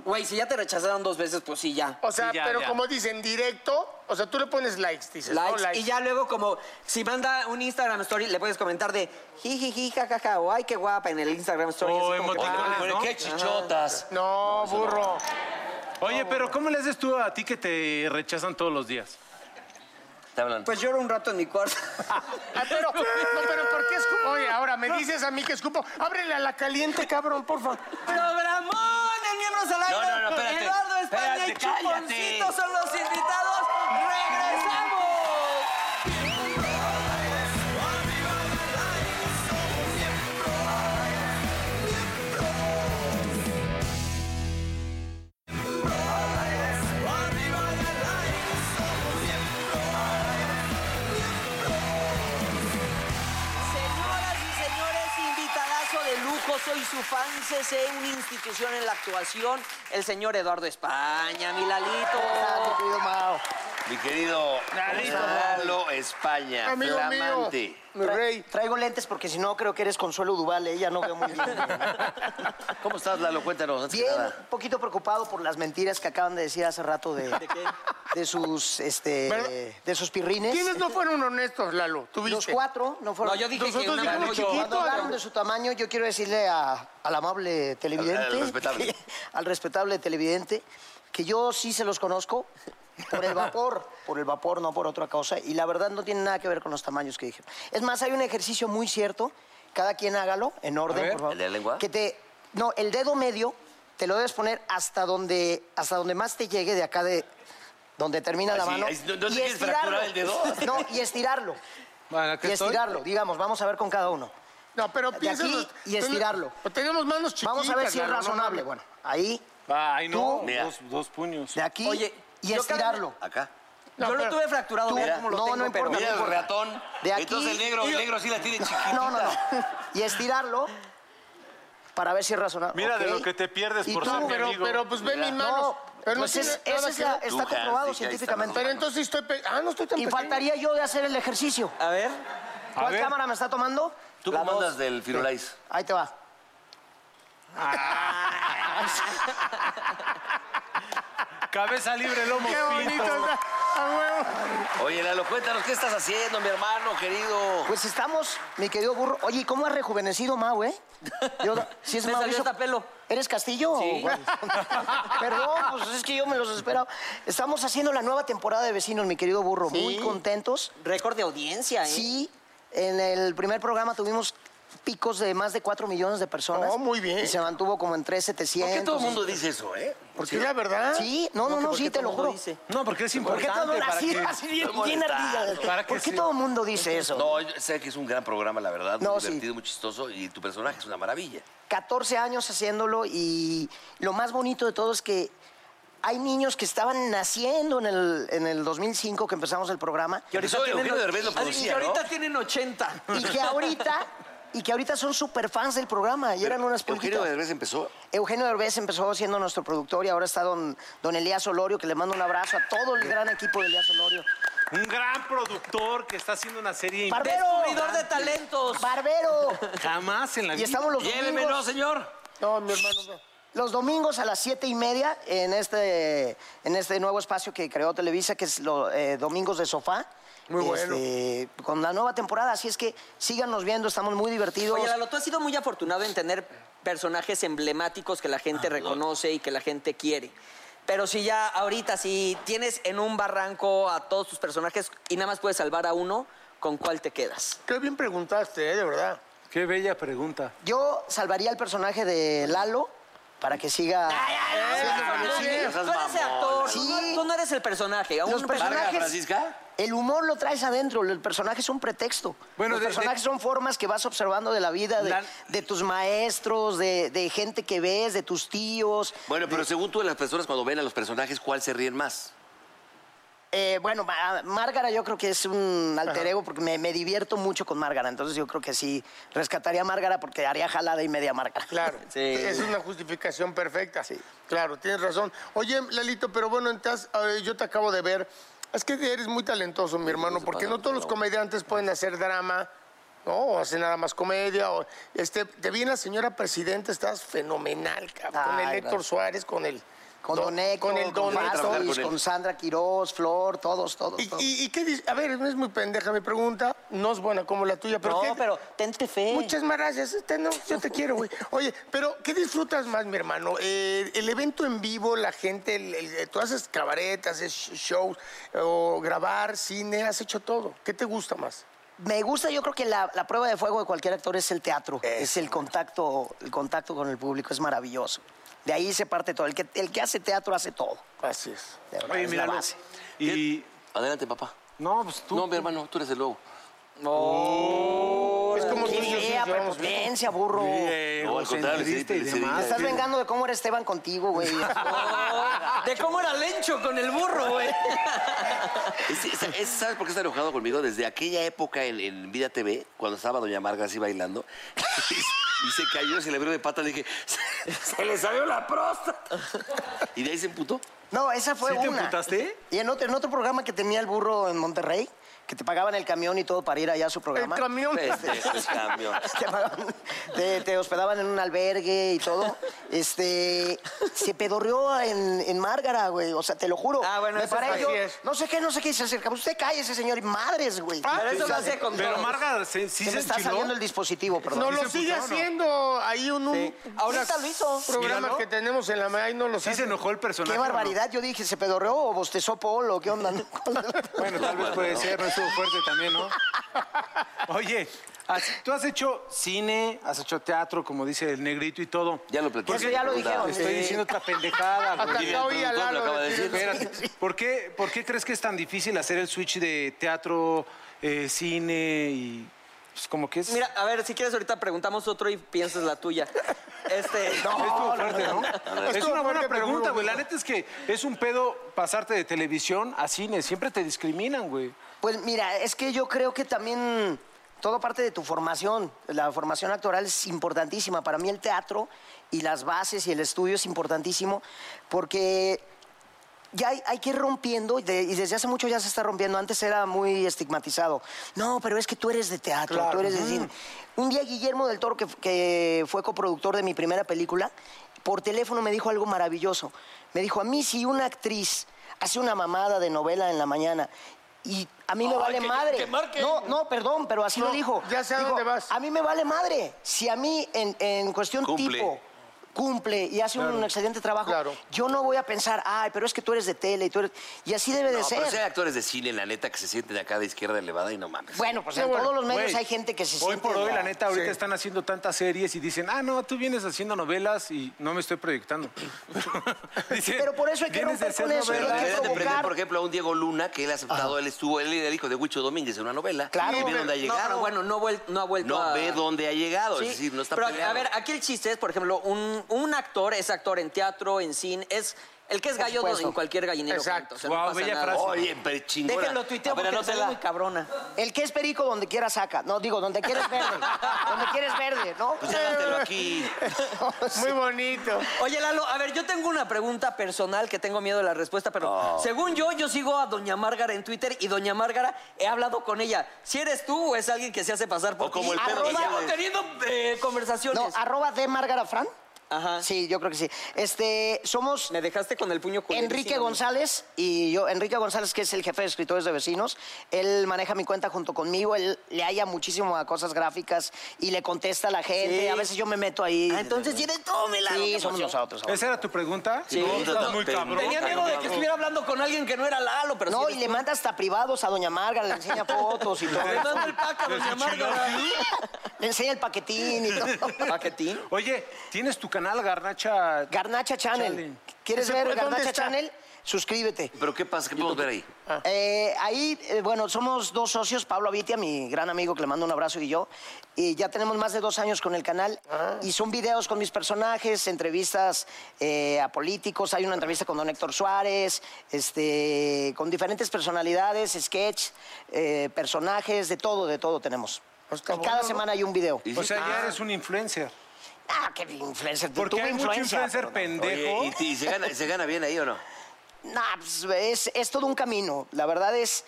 [SPEAKER 4] Güey, si ya te rechazaron dos veces, pues sí, ya.
[SPEAKER 2] O sea,
[SPEAKER 3] Sí, ya,
[SPEAKER 2] pero
[SPEAKER 3] ya.
[SPEAKER 2] como dicen, directo. O sea, tú le pones likes, dices. ¿no?
[SPEAKER 4] Likes. Y ya luego, como si manda un Instagram story, le puedes comentar de jijiji, jajaja, o ay, qué guapa en el Instagram story.
[SPEAKER 3] O
[SPEAKER 4] así como que-
[SPEAKER 6] Oye,
[SPEAKER 3] emoticones,
[SPEAKER 4] Ah,
[SPEAKER 6] pero
[SPEAKER 3] ¿no?
[SPEAKER 6] qué chichotas.
[SPEAKER 2] No, burro.
[SPEAKER 3] Oye, pero ¿cómo le haces tú a ti que te rechazan todos los días?
[SPEAKER 6] Te hablan.
[SPEAKER 4] Pues lloro un rato en mi cuarto.
[SPEAKER 2] Ah, pero, no, pero ¿por qué escupo? Oye, ahora me dices a mí que escupo. Ábrele a la caliente, cabrón, por favor.
[SPEAKER 4] ¡Programón! En Miembros al Aire.
[SPEAKER 6] No, no, no, espérate.
[SPEAKER 4] Eduardo España
[SPEAKER 6] Espérate,
[SPEAKER 4] y
[SPEAKER 6] cállate.
[SPEAKER 4] Chuponcito son los invitados. ¡Regresamos! Señoras y señores, invitadazo de lujo, soy su fan, CC, una institución en la actuación, el señor Eduardo España, mi Lalito.
[SPEAKER 6] Mi querido Gonzalo España,
[SPEAKER 2] Amigo
[SPEAKER 6] flamante.
[SPEAKER 2] mío, mi rey.
[SPEAKER 7] Traigo lentes porque si no creo que eres Consuelo Duval, ella no ve muy bien.
[SPEAKER 6] ¿Cómo estás, Lalo? Cuéntanos. antes que
[SPEAKER 7] Bien,
[SPEAKER 6] nada.
[SPEAKER 7] un poquito preocupado por las mentiras que acaban de decir hace rato de, de sus, este,
[SPEAKER 2] ¿Verdad?
[SPEAKER 7] de sus pirrines.
[SPEAKER 2] ¿Quiénes no fueron honestos, Lalo? ¿Tuviste?
[SPEAKER 7] Los cuatro no fueron.
[SPEAKER 4] No, yo dije que
[SPEAKER 2] Nosotros
[SPEAKER 4] una
[SPEAKER 2] dijimos
[SPEAKER 4] mano
[SPEAKER 2] chiquito,
[SPEAKER 7] Cuando
[SPEAKER 2] Cuatro.
[SPEAKER 7] hablaron de su tamaño, yo quiero decirle a- al amable televidente.
[SPEAKER 6] Al- al respetable.
[SPEAKER 7] que- al respetable televidente, que yo sí se los conozco por el vapor, por el vapor, no por otra cosa. Y la verdad no tiene nada que ver con los tamaños que dije. Es más, hay un ejercicio muy cierto. Cada quien hágalo, en orden, por favor.
[SPEAKER 6] ¿el de la lengua?
[SPEAKER 7] Que te. No, el dedo medio te lo debes poner hasta donde, hasta donde más te llegue de acá de. Donde termina la
[SPEAKER 6] Así,
[SPEAKER 7] mano.
[SPEAKER 6] ahí, ¿no- no te
[SPEAKER 7] y
[SPEAKER 6] quieres fracturar el dedo?
[SPEAKER 7] No, y estirarlo.
[SPEAKER 3] Bueno, aquí
[SPEAKER 7] y
[SPEAKER 3] estoy.
[SPEAKER 7] estirarlo, digamos, vamos a ver con cada uno.
[SPEAKER 2] No, pero
[SPEAKER 7] De
[SPEAKER 2] piensa.
[SPEAKER 7] aquí
[SPEAKER 2] los-
[SPEAKER 7] y estirarlo.
[SPEAKER 2] Ten- Tenemos manos chiquitas.
[SPEAKER 7] Vamos a ver si es
[SPEAKER 2] Lalo, no
[SPEAKER 7] razonable.
[SPEAKER 2] mames.
[SPEAKER 7] Bueno, ahí,
[SPEAKER 3] Ay, no,
[SPEAKER 7] Tú,
[SPEAKER 6] mira.
[SPEAKER 3] dos, dos puños.
[SPEAKER 7] de aquí
[SPEAKER 4] Oye,
[SPEAKER 7] y
[SPEAKER 4] yo cada-
[SPEAKER 7] estirarlo.
[SPEAKER 6] Acá.
[SPEAKER 2] No,
[SPEAKER 4] yo lo
[SPEAKER 2] pero-
[SPEAKER 4] tuve fracturado,
[SPEAKER 7] Tú,
[SPEAKER 4] vean
[SPEAKER 7] mira,
[SPEAKER 4] cómo lo
[SPEAKER 7] no,
[SPEAKER 4] tengo,
[SPEAKER 7] no
[SPEAKER 4] pero-
[SPEAKER 7] importa.
[SPEAKER 6] Mira el ratón.
[SPEAKER 7] De aquí-
[SPEAKER 6] Entonces el negro, el negro sí la tiene chiquitita.
[SPEAKER 7] No, no, no. Y estirarlo para ver si es razonable.
[SPEAKER 3] Mira de
[SPEAKER 7] ¿ok?
[SPEAKER 3] lo que te pierdes
[SPEAKER 7] ¿Y
[SPEAKER 3] por
[SPEAKER 7] tú?
[SPEAKER 3] ser mi
[SPEAKER 2] Pero,
[SPEAKER 3] amigo.
[SPEAKER 2] pero pues ve mis manos.
[SPEAKER 7] No,
[SPEAKER 2] pero no
[SPEAKER 7] pues
[SPEAKER 2] tiene
[SPEAKER 7] es-
[SPEAKER 2] nada
[SPEAKER 7] esa es
[SPEAKER 2] que
[SPEAKER 7] la-
[SPEAKER 2] ver.
[SPEAKER 7] está
[SPEAKER 6] Tú, Hans,
[SPEAKER 7] comprobado
[SPEAKER 6] dije, ahí está la
[SPEAKER 7] científicamente.
[SPEAKER 2] Pero entonces estoy. pe- Ah, no estoy tan
[SPEAKER 7] Y
[SPEAKER 2] pequeño.
[SPEAKER 7] faltaría yo de hacer el ejercicio.
[SPEAKER 4] A ver,
[SPEAKER 7] ¿Cuál
[SPEAKER 3] ver.
[SPEAKER 7] cámara me está tomando?
[SPEAKER 6] ¿Tú
[SPEAKER 7] La
[SPEAKER 6] cómo
[SPEAKER 7] dos.
[SPEAKER 6] andas del Firulais?
[SPEAKER 7] Ahí te va.
[SPEAKER 3] Cabeza libre, lomo
[SPEAKER 2] Qué bonito
[SPEAKER 3] pinto.
[SPEAKER 2] está. A huevo.
[SPEAKER 6] Oye, Lalo, cuéntanos, ¿qué estás haciendo, mi hermano querido?
[SPEAKER 7] Pues estamos, mi querido burro. Oye, ¿y ¿cómo has rejuvenecido, Mau, eh? Yo, si es
[SPEAKER 4] Me salió
[SPEAKER 7] Mauricio-
[SPEAKER 4] hasta pelo.
[SPEAKER 7] ¿Eres Castillo? o
[SPEAKER 4] Sí.
[SPEAKER 7] cuál? Perdón, pues es que yo me los esperaba. Estamos haciendo la nueva temporada de Vecinos, mi querido burro. Muy contentos.
[SPEAKER 4] récord de audiencia, ¿eh?
[SPEAKER 7] Sí, en el primer programa tuvimos picos de más de 4 millones de personas.
[SPEAKER 2] Oh, muy bien.
[SPEAKER 7] Y se mantuvo como en 3,700.
[SPEAKER 6] ¿Por qué todo el mundo dice eso, eh?
[SPEAKER 2] Porque Pues la verdad.
[SPEAKER 7] Sí, no, no, no, sí, te lo juro.
[SPEAKER 3] No, porque es
[SPEAKER 7] ¿Por qué
[SPEAKER 3] importante.
[SPEAKER 7] todo
[SPEAKER 3] para
[SPEAKER 7] así,
[SPEAKER 3] que-
[SPEAKER 7] así bien,
[SPEAKER 6] Estoy
[SPEAKER 7] bien
[SPEAKER 6] molestando.
[SPEAKER 7] ardilla?
[SPEAKER 3] Para que
[SPEAKER 7] ¿Por qué
[SPEAKER 3] sí.
[SPEAKER 7] todo el mundo dice eso?
[SPEAKER 6] No, yo sé que es un gran programa, la verdad.
[SPEAKER 7] No,
[SPEAKER 6] muy
[SPEAKER 7] sí.
[SPEAKER 6] divertido, muy chistoso y tu personaje es una maravilla.
[SPEAKER 7] 14 años haciéndolo y lo más bonito de todo es que hay niños que estaban naciendo en el, en el 2005 que empezamos el programa
[SPEAKER 4] Y ahorita,
[SPEAKER 6] Eso
[SPEAKER 4] tienen,
[SPEAKER 6] Eugenio Derbez lo
[SPEAKER 4] Así que
[SPEAKER 6] producía,
[SPEAKER 4] ahorita
[SPEAKER 6] ¿no?
[SPEAKER 4] tienen 80.
[SPEAKER 7] y que ahorita, y que ahorita son superfans del programa y eran unas
[SPEAKER 6] Eugenio
[SPEAKER 7] pulquitas.
[SPEAKER 6] Derbez empezó.
[SPEAKER 7] Eugenio Derbez empezó siendo nuestro productor y ahora está don, don Elías Olorio, que le mando un abrazo a todo el gran equipo de Elías Olorio.
[SPEAKER 3] Un gran productor que está haciendo una serie
[SPEAKER 7] Par-
[SPEAKER 4] Descubridor de talentos.
[SPEAKER 7] ¡Barbero!
[SPEAKER 3] jamás en la
[SPEAKER 7] Y
[SPEAKER 3] vida.
[SPEAKER 7] estamos los
[SPEAKER 6] Lléveme,
[SPEAKER 7] domingos.
[SPEAKER 6] no, señor.
[SPEAKER 2] No, mi hermano. no.
[SPEAKER 7] Los domingos a las siete y media en este, en este nuevo espacio que creó Televisa, que es lo- eh, Domingos de Sofá.
[SPEAKER 2] Muy
[SPEAKER 7] Este, Con la nueva temporada, así es que síganos viendo, estamos muy divertidos.
[SPEAKER 4] Oye, Lalo, tú has sido muy afortunado en tener personajes emblemáticos que la gente
[SPEAKER 6] Ah,
[SPEAKER 4] reconoce y que la gente quiere. Pero si ya ahorita, si tienes en un barranco a todos tus personajes y nada más puedes salvar a uno, ¿con cuál te quedas?
[SPEAKER 2] Qué bien preguntaste, ¿eh? de verdad.
[SPEAKER 3] Qué bella pregunta.
[SPEAKER 7] Yo salvaría el personaje de Lalo para que siga.
[SPEAKER 4] Personaje.
[SPEAKER 2] bien,
[SPEAKER 4] Tú eres el actor,
[SPEAKER 7] Sí.
[SPEAKER 4] tú no- tú no eres el personaje. a un
[SPEAKER 7] Los
[SPEAKER 6] Vargas,
[SPEAKER 7] personajes.
[SPEAKER 6] Francisca.
[SPEAKER 7] El humor lo traes adentro, el personaje es un pretexto.
[SPEAKER 3] Bueno,
[SPEAKER 7] Los
[SPEAKER 3] de- de-
[SPEAKER 7] personajes son formas que vas observando de la vida, de,
[SPEAKER 3] La-
[SPEAKER 7] de tus maestros, de, de gente que ves, de tus tíos.
[SPEAKER 6] Bueno, pero según tú, las personas cuando ven a los personajes, ¿cuál se ríen más?
[SPEAKER 7] Eh, bueno, Ma- Márgara yo creo que es un alter ego porque me, me divierto mucho con Márgara. Entonces yo creo que sí rescataría a Márgara porque haría jalada y media Márgara.
[SPEAKER 2] Claro,
[SPEAKER 4] Sí.
[SPEAKER 2] es una justificación perfecta. Claro, tienes razón. Oye, Lalito, pero bueno, entonces, eh, yo te acabo de ver. Es que eres muy talentoso, mi hermano, porque no todos los comediantes pueden hacer drama, ¿no? O hacen nada más comedia. O, este, te vi en la señora presidenta, estás fenomenal, cabrón. con
[SPEAKER 7] Ay,
[SPEAKER 2] el Héctor
[SPEAKER 7] gracias.
[SPEAKER 2] Suárez, con el...
[SPEAKER 7] Con
[SPEAKER 2] Do-
[SPEAKER 7] Don Héctor,
[SPEAKER 2] Con el Don
[SPEAKER 7] con,
[SPEAKER 2] Héctor.
[SPEAKER 7] Bastos, con Sandra Quirós, Flor, todos, todos,
[SPEAKER 2] ¿Y,
[SPEAKER 7] todos.
[SPEAKER 2] y, y qué dices? A ver, no es muy pendeja mi pregunta, no es buena como la tuya, pero
[SPEAKER 4] No,
[SPEAKER 2] ¿qué-
[SPEAKER 4] pero tente
[SPEAKER 7] Eh.
[SPEAKER 4] fe.
[SPEAKER 2] Muchas más gracias. Este no, yo te quiero, güey. Oye, pero ¿qué disfrutas más, mi hermano? Eh, el evento en vivo, la gente, el- el- tú haces cabaretas, haces sh- shows, o grabar, cine, has hecho todo. ¿Qué te gusta más?
[SPEAKER 7] Me gusta, yo creo que la, la prueba de fuego de cualquier actor es el teatro, es el contacto, el contacto con el público, es maravilloso. De ahí se parte todo. El que, el que hace teatro hace todo.
[SPEAKER 2] Así es.
[SPEAKER 7] De verdad,
[SPEAKER 3] Oye,
[SPEAKER 7] es
[SPEAKER 3] míralo.
[SPEAKER 7] la base.
[SPEAKER 3] Y
[SPEAKER 6] Adelante, papá.
[SPEAKER 3] no, pues tú.
[SPEAKER 6] No, mi hermano, tú eres el lobo.
[SPEAKER 2] Es como tú
[SPEAKER 7] ¡Qué
[SPEAKER 2] y yo, sí,
[SPEAKER 7] fea
[SPEAKER 2] llevamos bien.
[SPEAKER 7] prepotencia, pues, burro!
[SPEAKER 3] Eh,
[SPEAKER 6] No, al contrario, sí,
[SPEAKER 3] egocentrismo y
[SPEAKER 6] sí, sí,
[SPEAKER 3] demás.
[SPEAKER 7] Te estás vengando de cómo era Esteban contigo, güey.
[SPEAKER 4] De cómo era Lencho con el burro, güey.
[SPEAKER 6] Es- es- es- ¿Sabes por qué está enojado conmigo? Desde aquella época en, en Vida TV, cuando estaba Doña Marga así bailando, y, se cayó, se le abrió de patas, le dije, se, se le salió la próstata. Y de ahí se emputó.
[SPEAKER 7] No, esa fue
[SPEAKER 3] ¿Sí te
[SPEAKER 7] una.
[SPEAKER 3] emputaste?
[SPEAKER 7] Y en otro, en otro programa que tenía el burro en Monterrey, que te pagaban el camión y todo para ir allá a su
[SPEAKER 2] El
[SPEAKER 7] programa.
[SPEAKER 2] camión.
[SPEAKER 6] Este es cambio.
[SPEAKER 7] Te, pagaban- te- te hospedaban en un albergue y todo. Este, se pedorreó en, en Márgara, güey. O sea, te lo juro.
[SPEAKER 4] Ah, bueno,
[SPEAKER 7] Me
[SPEAKER 4] eso
[SPEAKER 7] paré
[SPEAKER 4] es-
[SPEAKER 7] yo,
[SPEAKER 2] así es.
[SPEAKER 7] No sé qué, no sé qué. y Se acercaba. Usted cae ese señor. y Madres, güey.
[SPEAKER 2] Ah,
[SPEAKER 4] Pero eso lo hace con
[SPEAKER 3] Pero
[SPEAKER 4] todos.
[SPEAKER 3] Marga, ¿se- sí
[SPEAKER 7] se
[SPEAKER 3] se,
[SPEAKER 7] me está
[SPEAKER 3] enchiló?
[SPEAKER 7] saliendo el dispositivo, perdón.
[SPEAKER 2] No
[SPEAKER 3] ¿Sí
[SPEAKER 2] lo
[SPEAKER 3] se
[SPEAKER 2] sigue
[SPEAKER 3] puteó o no?
[SPEAKER 2] haciendo. Ahí un, un
[SPEAKER 4] Ahora lo hizo.
[SPEAKER 2] programa
[SPEAKER 3] Míralo.
[SPEAKER 2] que tenemos en la MAI no lo
[SPEAKER 3] Sí se
[SPEAKER 2] hace.
[SPEAKER 3] enojó el personaje.
[SPEAKER 7] Qué
[SPEAKER 3] ¿o no?
[SPEAKER 7] barbaridad. Yo dije, ¿se pedorreó o bostezó Polo? ¿Qué onda? no?
[SPEAKER 3] Bueno, tal vez puede ser, no estuvo fuerte también, ¿no? Oye, has- tú has hecho cine, has hecho teatro, como dice el negrito y todo.
[SPEAKER 6] Ya lo Eh, platicamos.
[SPEAKER 7] Eso ya lo dijeron.
[SPEAKER 3] Estoy diciendo otra pendejada,
[SPEAKER 2] Hasta
[SPEAKER 3] güey.
[SPEAKER 2] acá oí a
[SPEAKER 6] productor lo
[SPEAKER 2] Lalo
[SPEAKER 6] acaba de
[SPEAKER 2] decir
[SPEAKER 6] decir.
[SPEAKER 3] Espérate, ¿por qué, ¿por qué crees que es tan difícil hacer el switch de teatro, eh, cine y pues como que es?
[SPEAKER 4] Mira, a ver, si quieres ahorita preguntamos otro y piensas la tuya. Este,
[SPEAKER 3] Estuvo fuerte, ¿no? Es
[SPEAKER 2] Estuvo
[SPEAKER 3] una buena
[SPEAKER 2] fuerte, pero
[SPEAKER 3] pregunta,
[SPEAKER 2] estuvo
[SPEAKER 3] güey. La
[SPEAKER 2] bueno.
[SPEAKER 3] neta es que es un pedo pasarte de televisión a cine. Siempre te discriminan, güey.
[SPEAKER 7] Pues mira, es que yo creo que también todo parte de tu formación. La formación actoral es importantísima. Para mí el teatro y las bases y el estudio es importantísimo porque ya hay, hay que ir rompiendo y, de- y desde hace mucho ya se está rompiendo. Antes era muy estigmatizado. No, pero es que tú eres de teatro, tú eres de cine. Un día Guillermo del Toro, que, f- que fue coproductor de mi primera película, por teléfono me dijo algo maravilloso. Me dijo, a mí si una actriz hace una mamada de novela en la mañana y a mí me vale madre. no, no, perdón, pero así lo dijo.
[SPEAKER 2] ya sé a
[SPEAKER 7] Dijo,
[SPEAKER 2] dónde vas.
[SPEAKER 7] A mí me vale madre. Si a mí en, en cuestión
[SPEAKER 6] Cumple.
[SPEAKER 7] tipo cumple y hace un excelente trabajo,
[SPEAKER 2] Claro.
[SPEAKER 7] yo no voy a pensar, ay, pero es que tú eres de tele y tú eres... Y así debe de
[SPEAKER 6] No,
[SPEAKER 7] ser.
[SPEAKER 6] pero si hay actores de cine, la neta, que se sienten de acá de izquierda elevada y no mames.
[SPEAKER 7] Bueno, pues en
[SPEAKER 2] bueno,
[SPEAKER 7] todos los medios
[SPEAKER 3] Güey,
[SPEAKER 7] hay gente que se
[SPEAKER 3] Hoy
[SPEAKER 7] siente...
[SPEAKER 3] por hoy, la
[SPEAKER 7] la-
[SPEAKER 3] neta, ahorita están haciendo tantas series y dicen, ah, no, tú vienes haciendo novelas y no me estoy proyectando. Dicen,
[SPEAKER 7] Pero por eso hay que
[SPEAKER 3] "Vienes de
[SPEAKER 7] romper con
[SPEAKER 3] hacer
[SPEAKER 7] eso, hay que
[SPEAKER 3] novelas".
[SPEAKER 6] Deberían de
[SPEAKER 7] provocar.
[SPEAKER 6] prender, por ejemplo, a un Diego Luna, que él ha aceptado, él estuvo, él era el hijo de Huicho Domínguez en una novela.
[SPEAKER 7] Claro.
[SPEAKER 6] Y ve dónde ha
[SPEAKER 4] no,
[SPEAKER 6] llegado.
[SPEAKER 4] pero bueno, no, vuel- no ha vuelto
[SPEAKER 6] No
[SPEAKER 4] a...
[SPEAKER 6] ve dónde ha llegado,
[SPEAKER 4] Sí,
[SPEAKER 6] es decir, no está
[SPEAKER 4] pero,
[SPEAKER 6] peleado.
[SPEAKER 4] A ver, aquí el chiste es, por ejemplo, un, un actor es actor en teatro, en cine, es el que es
[SPEAKER 7] Por
[SPEAKER 4] gallo
[SPEAKER 7] supuesto.
[SPEAKER 4] en cualquier gallinero.
[SPEAKER 2] Exacto.
[SPEAKER 4] canta, o sea,
[SPEAKER 3] Guau,
[SPEAKER 4] no pasa
[SPEAKER 3] bella
[SPEAKER 4] nada. Oh,
[SPEAKER 3] frase.
[SPEAKER 6] Oye, pero chingona.
[SPEAKER 4] Déjenlo tuiteo
[SPEAKER 6] A ver,
[SPEAKER 4] porque le sale
[SPEAKER 6] anótela.
[SPEAKER 4] muy cabrona.
[SPEAKER 7] El que es perico donde quiera saca. No, digo, donde quieres verde. donde quieres verde, ¿no?
[SPEAKER 6] Pues anótelo aquí.
[SPEAKER 2] Muy bonito.
[SPEAKER 4] Oye, Lalo, a ver, yo tengo una pregunta personal que tengo miedo de la respuesta, pero
[SPEAKER 6] Oh.
[SPEAKER 4] según yo, yo sigo a Doña Márgara en Twitter y Doña Márgara he hablado con ella. ¿Si eres tú o es alguien que se hace pasar por
[SPEAKER 6] O como
[SPEAKER 4] ti?
[SPEAKER 6] el
[SPEAKER 7] perro
[SPEAKER 4] Y
[SPEAKER 7] que
[SPEAKER 4] llevo
[SPEAKER 6] lleves.
[SPEAKER 4] tenido eh, conversaciones.
[SPEAKER 7] No, arroba de Márgara Fran.
[SPEAKER 4] Ajá.
[SPEAKER 7] Sí, yo creo que sí. Este, somos
[SPEAKER 4] Me dejaste con el puño con
[SPEAKER 7] Enrique González y yo, Enrique González, que es el jefe de escritores de vecinos, él maneja mi cuenta junto conmigo, él le halla muchísimo a cosas gráficas y le contesta a la gente.
[SPEAKER 4] Sí.
[SPEAKER 7] A veces yo me meto ahí.
[SPEAKER 4] Ah, entonces sí eres tú, mi Lalo,
[SPEAKER 7] Sí,
[SPEAKER 4] qué
[SPEAKER 7] somos
[SPEAKER 4] emoción.
[SPEAKER 7] nosotros.
[SPEAKER 3] ¿Esa era tu pregunta?
[SPEAKER 4] Sí.
[SPEAKER 3] No, estás
[SPEAKER 4] No,
[SPEAKER 3] muy cabrón.
[SPEAKER 4] Tenía miedo de que estuviera hablando con alguien que no era Lalo, pero
[SPEAKER 7] No,
[SPEAKER 4] sí
[SPEAKER 7] y
[SPEAKER 4] eres
[SPEAKER 7] le manda hasta privados a Doña Márgara, le enseña fotos y todo.
[SPEAKER 4] tú. Le mando el pack a Doña Márgara.
[SPEAKER 7] le enseña el paquetín y todo.
[SPEAKER 4] ¿Paquetín?
[SPEAKER 3] Oye, ¿tienes tu canal Garnacha?
[SPEAKER 7] Garnacha Channel.
[SPEAKER 3] Chale.
[SPEAKER 7] ¿Quieres
[SPEAKER 2] ¿Ese
[SPEAKER 7] ver
[SPEAKER 2] puede- dónde
[SPEAKER 7] Garnacha
[SPEAKER 2] está?
[SPEAKER 7] Channel? Suscríbete.
[SPEAKER 6] Pero ¿qué pasa? ¿Qué podemos ver ahí?
[SPEAKER 3] Ah.
[SPEAKER 7] Eh, ahí, eh, bueno, somos dos socios, Pablo Avitia, mi gran amigo que le mando un abrazo, y yo. Y ya tenemos más de dos años con el canal.
[SPEAKER 3] Ah.
[SPEAKER 7] Y son videos con mis personajes, entrevistas eh, a políticos. Hay una entrevista con don Héctor Suárez, este, con diferentes personalidades, sketch, eh, personajes, de todo, de todo tenemos.
[SPEAKER 2] Pues está
[SPEAKER 7] y cada
[SPEAKER 2] bueno, ¿no?
[SPEAKER 7] semana hay un video.
[SPEAKER 3] O sea, ya eres un influencer.
[SPEAKER 7] Ah, qué influencer.
[SPEAKER 3] Porque
[SPEAKER 7] tuve
[SPEAKER 3] hay mucho
[SPEAKER 7] influencia,
[SPEAKER 3] influencer
[SPEAKER 7] pero-
[SPEAKER 3] pendejo.
[SPEAKER 6] Oye, ¿y, te- y se, gana, se gana bien ahí o no?
[SPEAKER 7] Nah, pues, es, es todo un camino. La verdad es,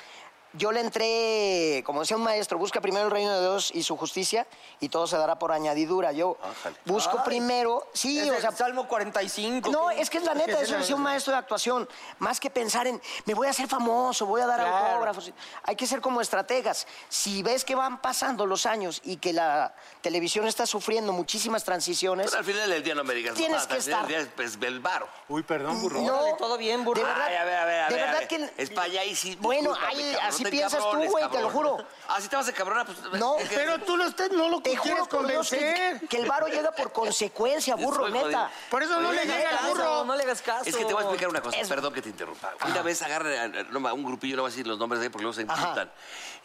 [SPEAKER 7] yo le entré, como decía un maestro, busca primero el reino de Dios y su justicia y todo se dará por añadidura. Yo
[SPEAKER 6] Ájale.
[SPEAKER 7] busco primero, sí,
[SPEAKER 4] Es
[SPEAKER 7] o
[SPEAKER 4] el
[SPEAKER 7] sea,
[SPEAKER 4] Salmo 45.
[SPEAKER 7] no, es que es la neta, eso decía un maestro de actuación. Más que pensar en, me voy a hacer famoso, voy a dar autógrafos. Hay que ser como estrategas. Si ves que van pasando los años y que la televisión está sufriendo muchísimas transiciones,
[SPEAKER 6] Pero al final del día no me digas
[SPEAKER 7] Tienes
[SPEAKER 6] mamadas,
[SPEAKER 7] que
[SPEAKER 6] al final
[SPEAKER 7] estar-
[SPEAKER 6] del día es pues, el varo.
[SPEAKER 3] Uy, perdón, burro.
[SPEAKER 4] Órale, todo bien, burro.
[SPEAKER 7] De verdad,
[SPEAKER 6] Ay, a ver, a ver, a
[SPEAKER 7] de
[SPEAKER 6] ver, a
[SPEAKER 7] verdad
[SPEAKER 6] ver.
[SPEAKER 7] que.
[SPEAKER 6] Es para allá y sí.
[SPEAKER 7] Bueno,
[SPEAKER 6] discúlpame,
[SPEAKER 7] ahí,
[SPEAKER 6] cabrón,
[SPEAKER 7] así
[SPEAKER 6] no te
[SPEAKER 7] piensas
[SPEAKER 6] encabrones,
[SPEAKER 7] tú, güey, te lo
[SPEAKER 6] cabrón.
[SPEAKER 7] juro.
[SPEAKER 6] Así te vas a cabrona, pues.
[SPEAKER 7] No,
[SPEAKER 6] ¿qué- qué-
[SPEAKER 2] Pero tú no, usted no lo
[SPEAKER 7] Te
[SPEAKER 2] quieres
[SPEAKER 7] juro por Dios
[SPEAKER 2] convencer.
[SPEAKER 7] que, que el varo llega por consecuencia, burro,
[SPEAKER 6] Estoy jodido.
[SPEAKER 7] neta.
[SPEAKER 2] Por eso no
[SPEAKER 6] Oye,
[SPEAKER 2] le
[SPEAKER 6] no
[SPEAKER 2] llega
[SPEAKER 4] hagas
[SPEAKER 2] al
[SPEAKER 4] caso,
[SPEAKER 2] burro.
[SPEAKER 4] No le hagas caso.
[SPEAKER 6] Es que te voy a explicar una cosa,
[SPEAKER 7] Es-
[SPEAKER 6] perdón que te interrumpa. Una vez agarran a, no, a un grupillo, no voy a decir los nombres de ahí porque luego se
[SPEAKER 7] Ajá.
[SPEAKER 6] insultan.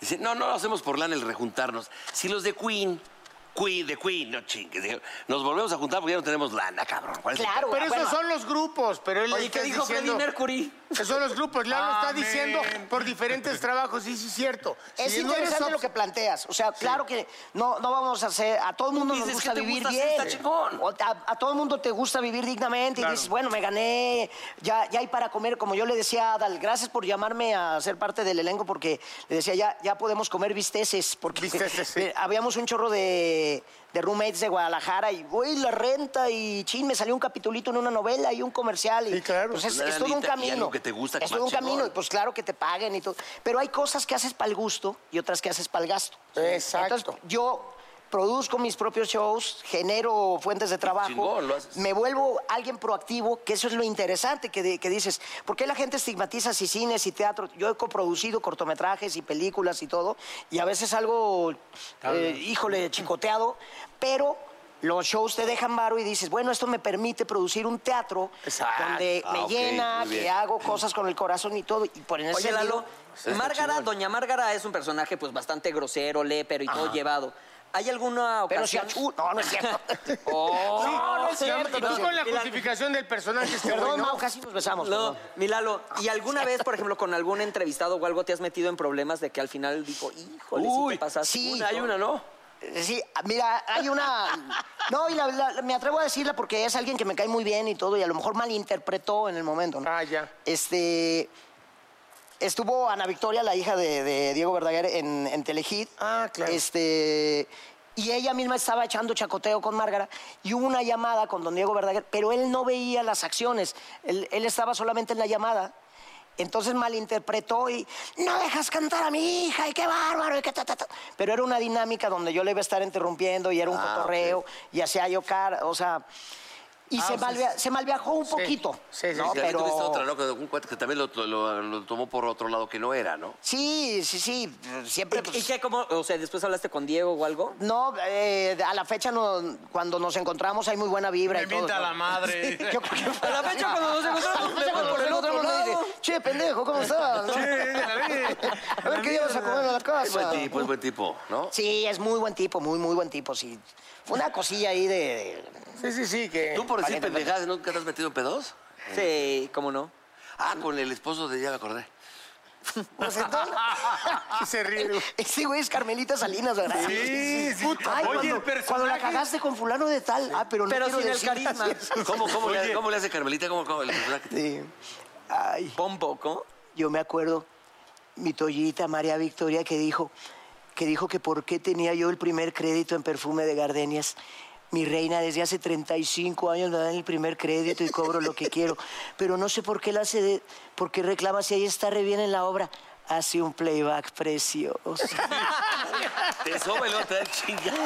[SPEAKER 6] Dicen, no, no lo hacemos por lana el rejuntarnos. Si los de Queen Queen, de Queen, no chingues. Dijeron, Nos volvemos a juntar porque ya no tenemos lana, cabrón. ¿Cuál es el
[SPEAKER 7] Claro.
[SPEAKER 6] pedo?
[SPEAKER 2] Pero esos
[SPEAKER 7] bueno.
[SPEAKER 2] son los grupos, pero él
[SPEAKER 4] Oye,
[SPEAKER 2] está
[SPEAKER 4] ¿qué dijo Freddie
[SPEAKER 2] diciendo...
[SPEAKER 4] Mercury?
[SPEAKER 2] Esos son los grupos, Lalo está
[SPEAKER 3] Amén.
[SPEAKER 2] diciendo por diferentes trabajos, sí, sí, es cierto.
[SPEAKER 7] Es
[SPEAKER 2] Si no eres
[SPEAKER 7] interesante
[SPEAKER 2] obs-
[SPEAKER 7] lo que planteas. O sea, claro que no, no vamos a hacer. A todo el mundo nos
[SPEAKER 4] dices
[SPEAKER 7] gusta
[SPEAKER 4] que te
[SPEAKER 7] vivir
[SPEAKER 4] gusta hacer,
[SPEAKER 7] bien.
[SPEAKER 4] está chingón.
[SPEAKER 7] O A, a todo el mundo te gusta vivir dignamente y dices, bueno, me gané, ya, ya hay para comer. Como yo le decía a Adal, gracias por llamarme a ser parte del elenco porque le decía, ya, ya podemos comer bisteces. Porque
[SPEAKER 2] Bisteces, sí.
[SPEAKER 7] eh, habíamos un chorro de, de roommates de Guadalajara y, güey, la renta y chin, me salió un capitulito en una novela y un comercial. Y,
[SPEAKER 2] Sí, claro.
[SPEAKER 7] Pues es,
[SPEAKER 6] Una
[SPEAKER 7] es todo un
[SPEAKER 6] lanita y
[SPEAKER 7] camino.
[SPEAKER 6] algo que te gusta, que
[SPEAKER 7] Es todo un
[SPEAKER 6] más chingón.
[SPEAKER 7] camino. Y, pues claro que te paguen y todo. Pero hay cosas que haces para el gusto y otras que haces para el gasto.
[SPEAKER 2] Exacto.
[SPEAKER 7] Entonces, yo produzco mis propios shows, genero fuentes de trabajo.
[SPEAKER 6] Chingón, lo haces.
[SPEAKER 7] Me vuelvo alguien proactivo, que eso es lo interesante que, de- que dices. ¿Por qué la gente estigmatiza si cines y teatro? Yo he coproducido cortometrajes y películas y todo, y a veces algo, eh, híjole, chicoteado, pero. Los shows te dejan varo y dices, bueno, esto me permite producir un teatro
[SPEAKER 2] Exacto.
[SPEAKER 7] donde
[SPEAKER 6] Ah,
[SPEAKER 7] me
[SPEAKER 6] ok,
[SPEAKER 7] llena,
[SPEAKER 6] muy bien.
[SPEAKER 7] que hago cosas con el corazón y todo. Y por en ese
[SPEAKER 4] Oye, Lalo,
[SPEAKER 7] sentido,
[SPEAKER 4] Márgara, doña Márgara es un personaje pues bastante grosero, lépero y todo llevado. ¿Hay alguna
[SPEAKER 7] Pero si
[SPEAKER 4] ocasión?
[SPEAKER 7] achú- No, no es cierto.
[SPEAKER 4] Oh,
[SPEAKER 2] Sí,
[SPEAKER 4] sí,
[SPEAKER 2] Y tú con la justificación del personaje este güey,
[SPEAKER 7] Perdón,
[SPEAKER 2] ¿no?
[SPEAKER 7] Mau, casi nos besamos.
[SPEAKER 4] No,
[SPEAKER 7] perdón.
[SPEAKER 4] mi Lalo, ¿y alguna vez, por ejemplo, con algún entrevistado o algo te has metido en problemas de que al final dijo, híjole, sí te pasaste?
[SPEAKER 7] sí.
[SPEAKER 4] Una, hay una, ¿no?
[SPEAKER 7] Eh, Sí, mira, hay una... No, y la- la- me atrevo a decirla porque es alguien que me cae muy bien y todo, y a lo mejor malinterpretó en el momento, ¿no?
[SPEAKER 2] Ah, ya.
[SPEAKER 7] Este... Estuvo Ana Victoria, la hija de, de Diego Verdaguer, en, en Telehit.
[SPEAKER 2] Ah, claro.
[SPEAKER 7] Este... Y ella misma estaba echando chacoteo con Márgara y hubo una llamada con don Diego Verdaguer, pero él no veía las acciones, él, él estaba solamente en la llamada. Entonces malinterpretó y no dejas cantar a mi hija y qué bárbaro y qué ta, ta, ta". Pero era una dinámica donde yo le iba a estar interrumpiendo y era
[SPEAKER 2] Ah,
[SPEAKER 7] un cotorreo y hacía yo cara, o sea, y se, malvia- se malviajó un poquito.
[SPEAKER 2] Ah, sí, sí,
[SPEAKER 7] ¿no?
[SPEAKER 2] sí.
[SPEAKER 6] Y también
[SPEAKER 7] pero...
[SPEAKER 6] tuviste otra, ¿no? Con un cuate que también lo, lo- lo tomó por otro lado que no era, ¿no?
[SPEAKER 7] Sí, sí, sí, siempre...
[SPEAKER 4] ¿Y
[SPEAKER 7] pues,
[SPEAKER 4] qué, cómo, o sea, después hablaste con Diego o algo?
[SPEAKER 7] No, eh, a la fecha no, cuando nos encontramos hay muy buena vibra
[SPEAKER 3] Me
[SPEAKER 7] y todo.
[SPEAKER 3] mienta
[SPEAKER 7] ¿no?
[SPEAKER 3] la madre.
[SPEAKER 7] Yo creo que-
[SPEAKER 4] A la fecha cuando nos encontramos,
[SPEAKER 7] A la fecha cuando
[SPEAKER 4] por el
[SPEAKER 7] nos
[SPEAKER 4] otro
[SPEAKER 7] encontramos, me
[SPEAKER 4] lado.
[SPEAKER 7] dice, Che, pendejo, ¿cómo estás? ¿No? A ver, ¿qué llevas a comer a la
[SPEAKER 6] Es buen
[SPEAKER 7] casa?
[SPEAKER 6] tipo, es buen tipo, ¿no?
[SPEAKER 7] Sí, es muy buen tipo, muy, muy buen tipo, sí. Fue una cosilla ahí de...
[SPEAKER 2] Sí, sí, sí, que...
[SPEAKER 6] ¿Tú por decir pendejadas nunca te has metido en pedos?
[SPEAKER 4] Sí, cómo no.
[SPEAKER 6] Ah, con el esposo de ya me acordé.
[SPEAKER 7] Pues entonces...
[SPEAKER 2] Sí se ríe. güey.
[SPEAKER 7] Ese Este güey es Carmelita Salinas, ¿verdad?
[SPEAKER 3] Sí, sí.
[SPEAKER 7] Ay,
[SPEAKER 3] Oye, el
[SPEAKER 7] cuando,
[SPEAKER 3] personaje-
[SPEAKER 7] cuando la cagaste con fulano de tal. Ah, pero no
[SPEAKER 4] Pero
[SPEAKER 7] quiero
[SPEAKER 4] sin el
[SPEAKER 7] decir-
[SPEAKER 4] carisma.
[SPEAKER 6] ¿Cómo, cómo, le, cómo le hace Carmelita? ¿Cómo, cómo le
[SPEAKER 7] Sí. este, Ay,
[SPEAKER 4] Bombo, ¿cómo?
[SPEAKER 7] yo me acuerdo mi tollita María Victoria que dijo que dijo que por qué tenía yo el primer crédito en perfume de gardenias. Mi reina, desde hace 35 años me dan el primer crédito y cobro lo que quiero. Pero no sé por qué la hace, de- por qué reclama si ahí está re bien en la obra. Hace un playback precioso.
[SPEAKER 6] Te soba y luego te da el chingado.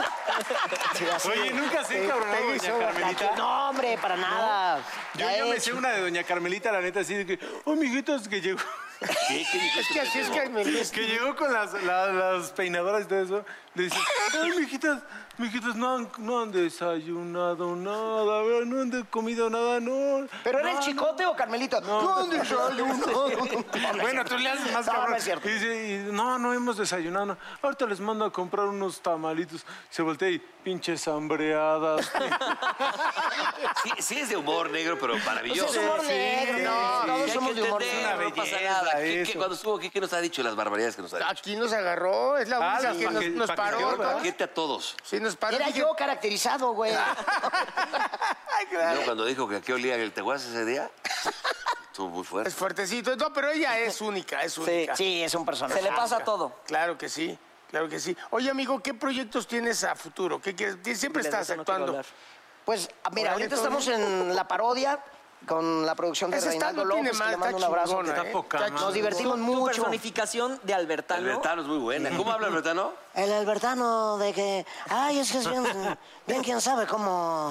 [SPEAKER 3] Oye, nunca se
[SPEAKER 7] Sí,
[SPEAKER 3] encabronó
[SPEAKER 7] pega y
[SPEAKER 3] doña
[SPEAKER 7] soba.
[SPEAKER 3] Carmelita.
[SPEAKER 7] No, hombre, para nada.
[SPEAKER 3] Yo
[SPEAKER 7] Ya
[SPEAKER 3] ya
[SPEAKER 7] he
[SPEAKER 3] me
[SPEAKER 7] hecho.
[SPEAKER 3] sé una de doña Carmelita, la neta, así de que, oh, mijitos, que llegó,
[SPEAKER 6] ¿Qué? ¿Qué dijo
[SPEAKER 2] Es
[SPEAKER 6] este
[SPEAKER 2] que así es
[SPEAKER 6] pendejo?
[SPEAKER 2] Carmelita.
[SPEAKER 3] que llegó con las, la- las peinadoras y todo eso. Le dice, ay, mijitas, mijitas, no han, no han desayunado nada, ¿verdad? no han de- comido nada, no.
[SPEAKER 7] ¿Pero era
[SPEAKER 3] No,
[SPEAKER 7] el
[SPEAKER 3] no".
[SPEAKER 7] chicote o Carmelito? ¿Dónde salió? No, no, no, no.
[SPEAKER 3] Bueno, tú le haces más
[SPEAKER 7] No,
[SPEAKER 3] cabrón.
[SPEAKER 7] no es cierto.
[SPEAKER 3] Y dice, y, no, no hemos desayunado. no. Ahorita les mando a comprar unos tamalitos. Se voltea y pinches hambreadas.
[SPEAKER 6] Sí, sí es de humor negro, pero
[SPEAKER 7] Pues es
[SPEAKER 6] maravilloso.
[SPEAKER 7] humor negro, no,
[SPEAKER 6] Y hay
[SPEAKER 7] todos
[SPEAKER 6] que
[SPEAKER 7] somos de humor
[SPEAKER 6] entender,
[SPEAKER 7] negro.
[SPEAKER 6] No pasa
[SPEAKER 3] belleza
[SPEAKER 6] nada. Ah, ¿Qué,
[SPEAKER 3] eso.
[SPEAKER 6] qué, cuando estuvo aquí, ¿qué nos ha dicho? Las barbaridades que nos ha dicho.
[SPEAKER 2] Aquí nos agarró, es la
[SPEAKER 3] Ah,
[SPEAKER 2] única
[SPEAKER 3] los
[SPEAKER 2] que nos, nos
[SPEAKER 3] paque-
[SPEAKER 2] paró,
[SPEAKER 3] paqueteros,
[SPEAKER 2] ¿no?
[SPEAKER 3] ¿verdad?
[SPEAKER 6] Paquete a todos.
[SPEAKER 2] Sí, nos paró.
[SPEAKER 7] Era
[SPEAKER 2] dije,
[SPEAKER 7] yo caracterizado, güey.
[SPEAKER 6] Y luego cuando dijo que aquí olía el teguas ese día, estuvo muy fuerte.
[SPEAKER 2] Es fuertecito. No, pero ella es única, es única.
[SPEAKER 7] Sí, es un personaje.
[SPEAKER 4] Se le pasa todo.
[SPEAKER 2] Claro que sí, claro que sí. Oye, amigo, ¿qué proyectos tienes a futuro? ¿Qué quieres? Ti- Siempre
[SPEAKER 4] De
[SPEAKER 2] estás
[SPEAKER 4] eso no quiero
[SPEAKER 2] actuando.
[SPEAKER 4] hablar.
[SPEAKER 7] Pues, ah, mira,
[SPEAKER 2] Órale,
[SPEAKER 7] ahorita
[SPEAKER 2] todo
[SPEAKER 7] estamos en la parodia con la producción de
[SPEAKER 2] Ese
[SPEAKER 7] Reinaldo
[SPEAKER 2] stand-up tiene
[SPEAKER 7] López. que
[SPEAKER 2] mal,
[SPEAKER 7] Le
[SPEAKER 2] está
[SPEAKER 7] mando un abrazo.
[SPEAKER 2] chingona,
[SPEAKER 3] Está
[SPEAKER 2] ¿eh?
[SPEAKER 3] poca
[SPEAKER 2] Está
[SPEAKER 3] madre.
[SPEAKER 7] Nos divertimos
[SPEAKER 4] Tu
[SPEAKER 7] mucho.
[SPEAKER 4] personificación de Albertano.
[SPEAKER 6] Albertano es muy buena. ¿Cómo habla Albertano?
[SPEAKER 7] El albertano de que, ay, es que es bien, bien quién sabe cómo.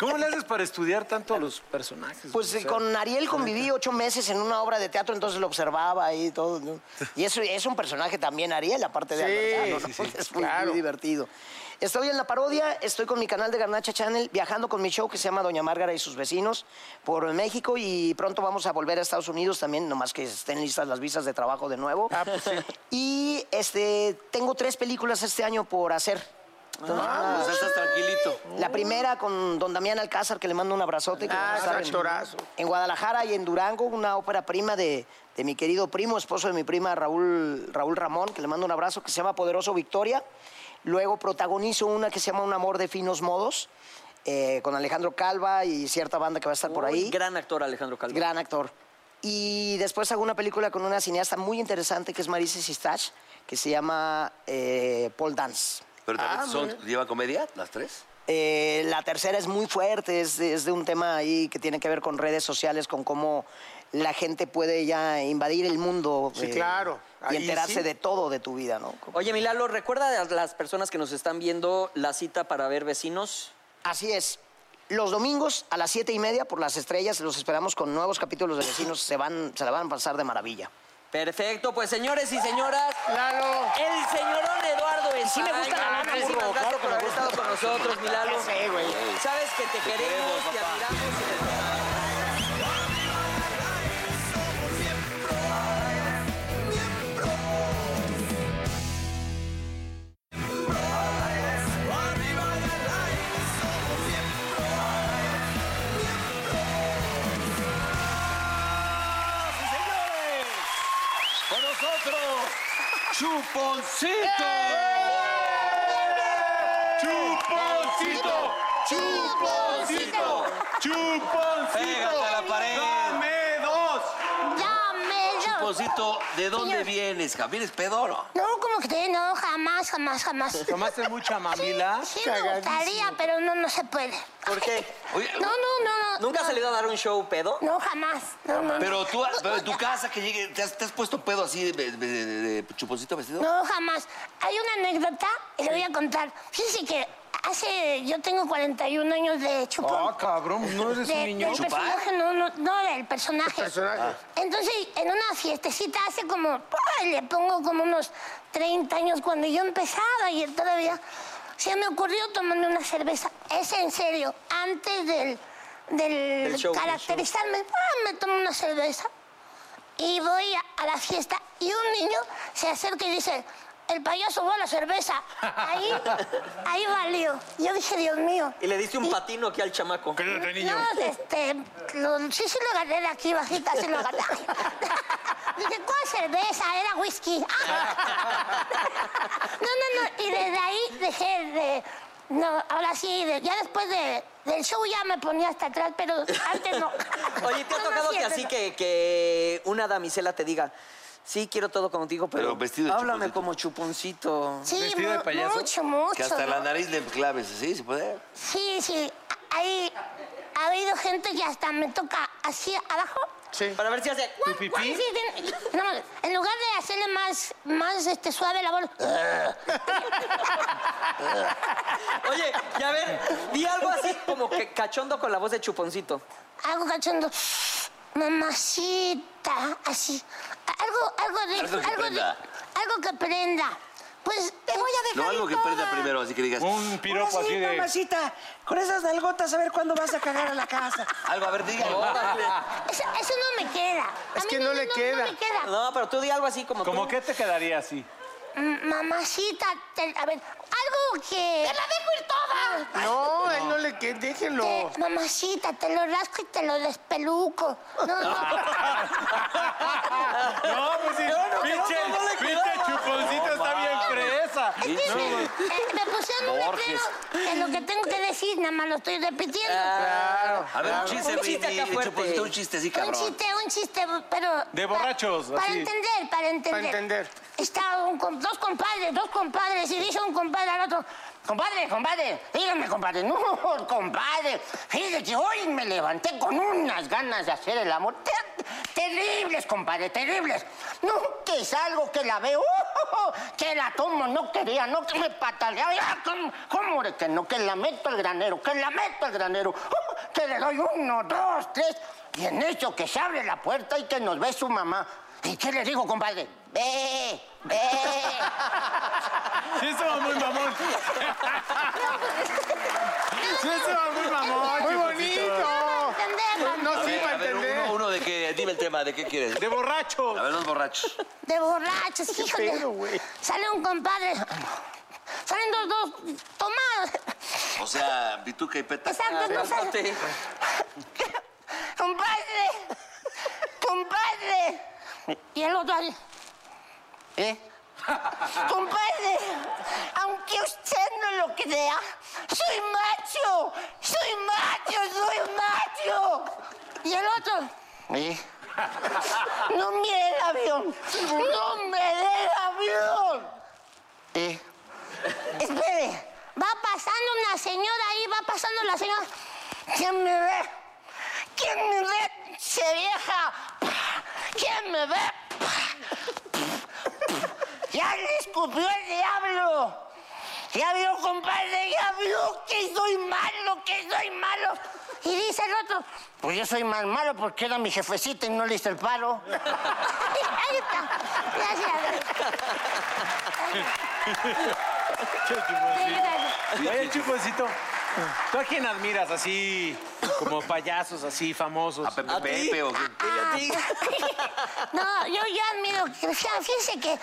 [SPEAKER 3] ¿Cómo le haces para estudiar tanto a los personajes?
[SPEAKER 7] Pues eh, con Ariel conviví ocho meses en una obra de teatro, entonces lo observaba ahí todo. ¿no? Y eso es un personaje también Ariel, aparte de
[SPEAKER 2] Sí,
[SPEAKER 7] Albertano, ¿no?
[SPEAKER 2] sí, sí,
[SPEAKER 7] Es muy, muy
[SPEAKER 2] claro.
[SPEAKER 7] divertido. Estoy en la parodia, estoy con mi canal de Garnacha Channel, viajando con mi show que se llama Doña Márgara y sus vecinos por México y pronto vamos a volver a Estados Unidos también, nomás que estén listas las visas de trabajo de nuevo.
[SPEAKER 2] Ah, pues sí.
[SPEAKER 7] Y este, tengo tres películas este año por hacer. Entonces,
[SPEAKER 2] Ah,
[SPEAKER 6] O sea, Pues estás tranquilito.
[SPEAKER 7] La primera con don Damián Alcázar, que le mando un abrazote. que
[SPEAKER 2] Ah,
[SPEAKER 7] vamos a estar en-
[SPEAKER 2] actorazo.
[SPEAKER 7] En Guadalajara y en Durango, una ópera prima de, de mi querido primo, esposo de mi prima Raúl, Raúl Ramón, que le mando un abrazo, que se llama Poderoso Victoria. Luego protagonizo una que se llama Un amor de finos modos, eh, con Alejandro Calva y cierta banda que va a estar por
[SPEAKER 4] Uy,
[SPEAKER 7] ahí.
[SPEAKER 4] Gran actor Alejandro Calvo.
[SPEAKER 7] Gran actor. Y después hago una película con una cineasta muy interesante que es Marisa Sistach, que se llama eh, Paul Dance.
[SPEAKER 6] Pero también son, ¿lleva comedia las tres?
[SPEAKER 7] Eh, la tercera es muy fuerte, es, de- es de un tema ahí que tiene que ver con redes sociales, con cómo la gente puede ya invadir el mundo. eh,
[SPEAKER 2] Sí, claro.
[SPEAKER 7] Y
[SPEAKER 2] Ahí
[SPEAKER 7] enterarse
[SPEAKER 2] sí.
[SPEAKER 7] de todo de tu vida, ¿no?
[SPEAKER 4] Oye, Milalo, recuerda a las personas que nos están viendo la cita para ver vecinos.
[SPEAKER 7] Así es. Los domingos a las siete y media por las estrellas los esperamos con nuevos capítulos de vecinos. Se, van, se la van a pasar de maravilla.
[SPEAKER 4] Perfecto, pues señores y señoras,
[SPEAKER 2] Lalo.
[SPEAKER 4] el señorón Eduardo Becerra.
[SPEAKER 7] sí me gusta la lana,
[SPEAKER 4] muchísimas
[SPEAKER 7] burro,
[SPEAKER 4] gracias
[SPEAKER 7] claro que
[SPEAKER 4] por
[SPEAKER 7] me
[SPEAKER 4] haber
[SPEAKER 7] gusta.
[SPEAKER 4] estado con nosotros, Milalo.
[SPEAKER 7] Ya sé, güey.
[SPEAKER 4] Sabes que te, queremos, te admiramos. y te-
[SPEAKER 8] y señores, con nosotros, Chuponcito. Chuponcito, Chuponcito, Chuponcito.
[SPEAKER 6] Pégate a la pared.
[SPEAKER 8] Dame dos.
[SPEAKER 9] Ya me lo...
[SPEAKER 6] Chuponcito, ¿de dónde
[SPEAKER 9] Señor.
[SPEAKER 6] vienes? cabrón? ¿Vienes pedo o no?
[SPEAKER 9] No, como que te- no, jamás, jamás, jamás. Sí,
[SPEAKER 3] ¿Tomaste mucha mamila?
[SPEAKER 9] sí me gustaría, pero no, no se puede.
[SPEAKER 4] ¿Por qué?
[SPEAKER 6] Oye,
[SPEAKER 9] No, no, no, no.
[SPEAKER 4] ¿Nunca has
[SPEAKER 9] no.
[SPEAKER 4] salido a dar un show pedo?
[SPEAKER 9] No, jamás. No, no,
[SPEAKER 6] Pero tú, pero en tu
[SPEAKER 9] no,
[SPEAKER 6] casa que llegue, ¿te has, te has puesto pedo así de, de- de- de chuponcito vestido?
[SPEAKER 9] No, jamás. Hay una anécdota y le voy a contar. Fíjense que hace... Yo tengo 41 años de chupón.
[SPEAKER 3] Ah, cabrón, no eres
[SPEAKER 9] De- del personaje, no, no, no, del personaje.
[SPEAKER 2] Personaje.
[SPEAKER 9] Entonces, en una fiestecita hace como, ¡ay! le pongo como unos 30 años cuando yo empezaba y él todavía se me ocurrió tomarme una cerveza. Es en serio, antes del, del
[SPEAKER 4] Del show, del
[SPEAKER 9] caracterizarme, ¡ah! me tomo una cerveza y voy a, a la fiesta y un niño se acerca y dice, el payaso va a la cerveza. Ahí, ahí valió. Yo dije, Dios mío.
[SPEAKER 4] Y le diste un patino aquí al chamaco.
[SPEAKER 9] No, este, lo- sí, sí lo gané de aquí bajita, sí lo gané. Dije, ¿cuál cerveza? Era whisky. no, no, no, y desde ahí dejé de... No, ahora sí, de- ya después de, del show ya me ponía hasta atrás, pero antes no.
[SPEAKER 4] Oye, ¿te ha
[SPEAKER 9] No, no,
[SPEAKER 4] tocado que
[SPEAKER 9] siempre
[SPEAKER 4] así
[SPEAKER 9] no.
[SPEAKER 4] que, que una damisela te diga, sí, quiero todo contigo, pero,
[SPEAKER 6] Pero vestido de
[SPEAKER 4] háblame
[SPEAKER 6] chuponcito.
[SPEAKER 4] como chuponcito?
[SPEAKER 9] Sí,
[SPEAKER 3] ¿Vestido de
[SPEAKER 9] mu-
[SPEAKER 3] payaso?
[SPEAKER 9] mucho, mucho.
[SPEAKER 6] Que hasta
[SPEAKER 9] ¿no?
[SPEAKER 6] la nariz le claves, ¿sí? ¿Se puede?
[SPEAKER 9] Sí, sí, hay, ha habido gente que hasta me toca así abajo.
[SPEAKER 2] Sí.
[SPEAKER 4] Para ver si hace...
[SPEAKER 9] Guau, guau, sí, sí, no, en lugar de hacerle más, más este, suave la voz...
[SPEAKER 4] Oye, y a ver, di algo así como que cachondo con la voz de chuponcito.
[SPEAKER 9] algo cachondo. Mamacita, así. Algo, algo de.
[SPEAKER 6] Algo que prenda.
[SPEAKER 9] algo que prenda. Pues te voy a dejar.
[SPEAKER 6] No, algo que
[SPEAKER 9] toda.
[SPEAKER 6] prenda primero, así que digas.
[SPEAKER 3] Un piropo así de...
[SPEAKER 7] mamacita, con esas nalgotas a ver cuándo vas a cagar a la casa.
[SPEAKER 6] Algo, a ver, diga.
[SPEAKER 4] Órale.
[SPEAKER 9] Eso, eso no me queda. A
[SPEAKER 2] Es
[SPEAKER 9] mí
[SPEAKER 2] que no le queda.
[SPEAKER 9] me queda.
[SPEAKER 4] No, pero tú di algo así como
[SPEAKER 3] ¿Cómo
[SPEAKER 4] tú.
[SPEAKER 3] que te quedaría así?
[SPEAKER 9] Mm, Mamacita, te- a ver, algo que. ¡Te la dejo ir toda!
[SPEAKER 2] No, a él no le que déjenlo.
[SPEAKER 9] mamacita, te lo rasco y te lo despeluco. No, no.
[SPEAKER 3] No, pues sí. pinche, pinche chuponcito está bien fresa.
[SPEAKER 9] Es que me, eh, me pusieron un
[SPEAKER 6] Borges.
[SPEAKER 9] letrero en lo que tengo que decir, nada más lo estoy repitiendo.
[SPEAKER 3] Ah,
[SPEAKER 6] A ver, un chiste,
[SPEAKER 4] Un chiste
[SPEAKER 6] Britney,
[SPEAKER 4] acá fuerte.
[SPEAKER 6] chuponcito, pues, un chiste así,
[SPEAKER 9] Un
[SPEAKER 6] cabrón.
[SPEAKER 9] chiste, un chiste, pero...
[SPEAKER 3] De
[SPEAKER 9] pa-
[SPEAKER 3] borrachos,
[SPEAKER 9] Para,
[SPEAKER 3] así.
[SPEAKER 9] entender, para entender.
[SPEAKER 2] Para entender.
[SPEAKER 9] Está un com- dos compadres, dos compadres, y dice un compadre al otro, compadre, compadre, dígame, compadre, no, compadre, fíjese que hoy me levanté con unas ganas de hacer el amor ter- terribles, compadre, terribles. No, que es algo que la veo, que la tomo, no quería, no que me pataleaba, ah, ¿cómo, cómo de que no? Que la meto al granero, que la meto al granero, que le doy uno, dos, tres, y en eso que se abre la puerta y que nos ve su mamá. ¿Y qué le digo, compadre? Ve, ve.
[SPEAKER 3] Sí, estaba muy mamón. Sí, estaba muy mamón.
[SPEAKER 2] ¡Muy
[SPEAKER 3] chuponcito.
[SPEAKER 2] bonito! No, sí, para
[SPEAKER 6] A ver,
[SPEAKER 2] entender.
[SPEAKER 6] uno, uno de que, dime el tema, ¿de qué quieres?
[SPEAKER 3] De borracho.
[SPEAKER 6] A ver, los borrachos.
[SPEAKER 9] De borrachos, híjole.
[SPEAKER 2] pedo, güey?
[SPEAKER 9] Sale un compadre. Salen echando dos tomadas.
[SPEAKER 6] O sea, bituca y peta.
[SPEAKER 9] Exacto, no sé.
[SPEAKER 6] Pasote.
[SPEAKER 9] ¡Compadre! ¡Compadre! Y el otro hace, ¿Eh? ¡Compadre! Aunque usted no lo crea, soy macho. ¡Soy macho! ¡Soy macho! Y el otro. ¿Eh? ¡No mire el avión! ¡No me dé el avión! ¿Eh? Espere, va pasando una señora ahí, va pasando la señora. ¿Quién me ve? ¿Quién me ve? Se vieja. ¿Quién me ve? Ya le escupió el diablo. Ya vio, compadre, ya vio que soy malo, que soy malo. Y dice el otro, pues yo soy más malo porque era mi jefecita y no le hice el paro. Ahí está. Gracias.
[SPEAKER 3] Qué chuponcito. Oye, chuponcito. ¿Tú a quién admiras así, como payasos así famosos? ¿A Pepe
[SPEAKER 6] Pepe o qué?
[SPEAKER 9] Ah, pues, No, yo, yo admiro, o sea, fíjense que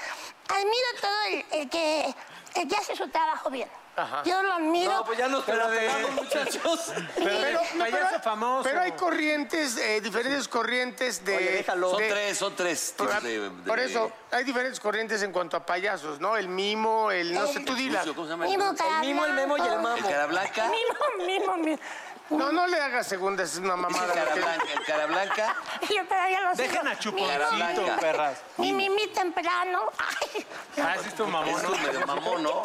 [SPEAKER 9] admiro todo el, el que, el que hace su trabajo bien.
[SPEAKER 3] Ajá.
[SPEAKER 9] Yo lo admiro.
[SPEAKER 4] No, pues ya nos
[SPEAKER 3] Pero de-
[SPEAKER 4] pelamos, muchachos.
[SPEAKER 3] Pero, de payaso famoso.
[SPEAKER 2] Pero hay corrientes, eh, diferentes corrientes de.
[SPEAKER 4] Oye, déjalo.
[SPEAKER 6] Son
[SPEAKER 2] de-
[SPEAKER 6] tres, son tres.
[SPEAKER 2] Por,
[SPEAKER 6] tipos de- de-
[SPEAKER 2] por eso, hay diferentes corrientes en cuanto a payasos, ¿no? El mimo, el no sé, tú dilas.
[SPEAKER 6] ¿Cómo se llama?
[SPEAKER 9] Mimo, cara
[SPEAKER 4] mimo, el memo y el
[SPEAKER 9] blanca.
[SPEAKER 4] mamo.
[SPEAKER 6] El cara blanca.
[SPEAKER 9] Mimo, mimo, mimo.
[SPEAKER 2] No, no le hagas segunda, es una
[SPEAKER 6] Dice
[SPEAKER 2] mamada.
[SPEAKER 6] cara
[SPEAKER 2] porque-
[SPEAKER 6] blanca, el cara blanca.
[SPEAKER 9] Yo todavía lo sigo.
[SPEAKER 3] Dejen a Chuponcito,
[SPEAKER 9] Mimo,
[SPEAKER 6] Blanca.
[SPEAKER 3] perras.
[SPEAKER 9] Mi mimi temprano. Ay,
[SPEAKER 3] Ah, ese es tu mamón.
[SPEAKER 6] Es
[SPEAKER 3] ¿no?
[SPEAKER 6] un medio mamón, ¿no?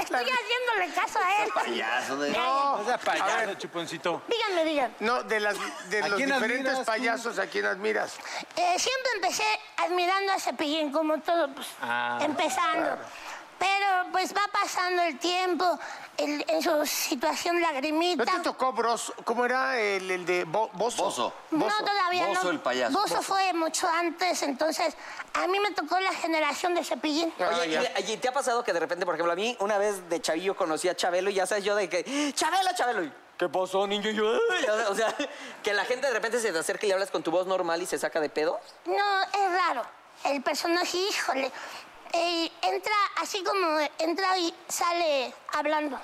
[SPEAKER 9] estoy haciéndole caso a él.
[SPEAKER 6] Payaso de.
[SPEAKER 2] No,
[SPEAKER 3] O sea,
[SPEAKER 2] a
[SPEAKER 3] payaso,
[SPEAKER 2] ver,
[SPEAKER 3] Chuponcito.
[SPEAKER 9] Díganme, díganme.
[SPEAKER 2] no, de, las, de
[SPEAKER 3] ¿A
[SPEAKER 2] los
[SPEAKER 3] quién
[SPEAKER 2] diferentes
[SPEAKER 3] admiras tú?
[SPEAKER 2] payasos, ¿a quién admiras?
[SPEAKER 9] Eh, siempre empecé admirando a Cepillín, como todo, pues,
[SPEAKER 3] Ah,
[SPEAKER 9] empezando. Pero pues va pasando el tiempo, el- en su situación lagrimita.
[SPEAKER 2] ¿No te tocó Bros? ¿Cómo era el, el de Bo- Bozo?
[SPEAKER 6] Bozo.
[SPEAKER 9] No, todavía no.
[SPEAKER 6] Bozo el payaso.
[SPEAKER 9] Bozo fue mucho antes, entonces a mí me tocó la generación de Cepillín.
[SPEAKER 2] Ah,
[SPEAKER 4] Oye,
[SPEAKER 2] ya.
[SPEAKER 4] y- y, te ha pasado que de repente, por ejemplo, a mí una vez de chavillo conocí a Chabelo y ya sabes yo de que, Chabelo, Chabelo, y, ¿qué pasó, niño? Y yo, "Ay", ya sabes, o sea, que la gente de repente se te acerca y le hablas con tu voz normal y se saca de pedo.
[SPEAKER 9] No, es raro. El personaje, híjole, eh, entra así como entra y sale hablando,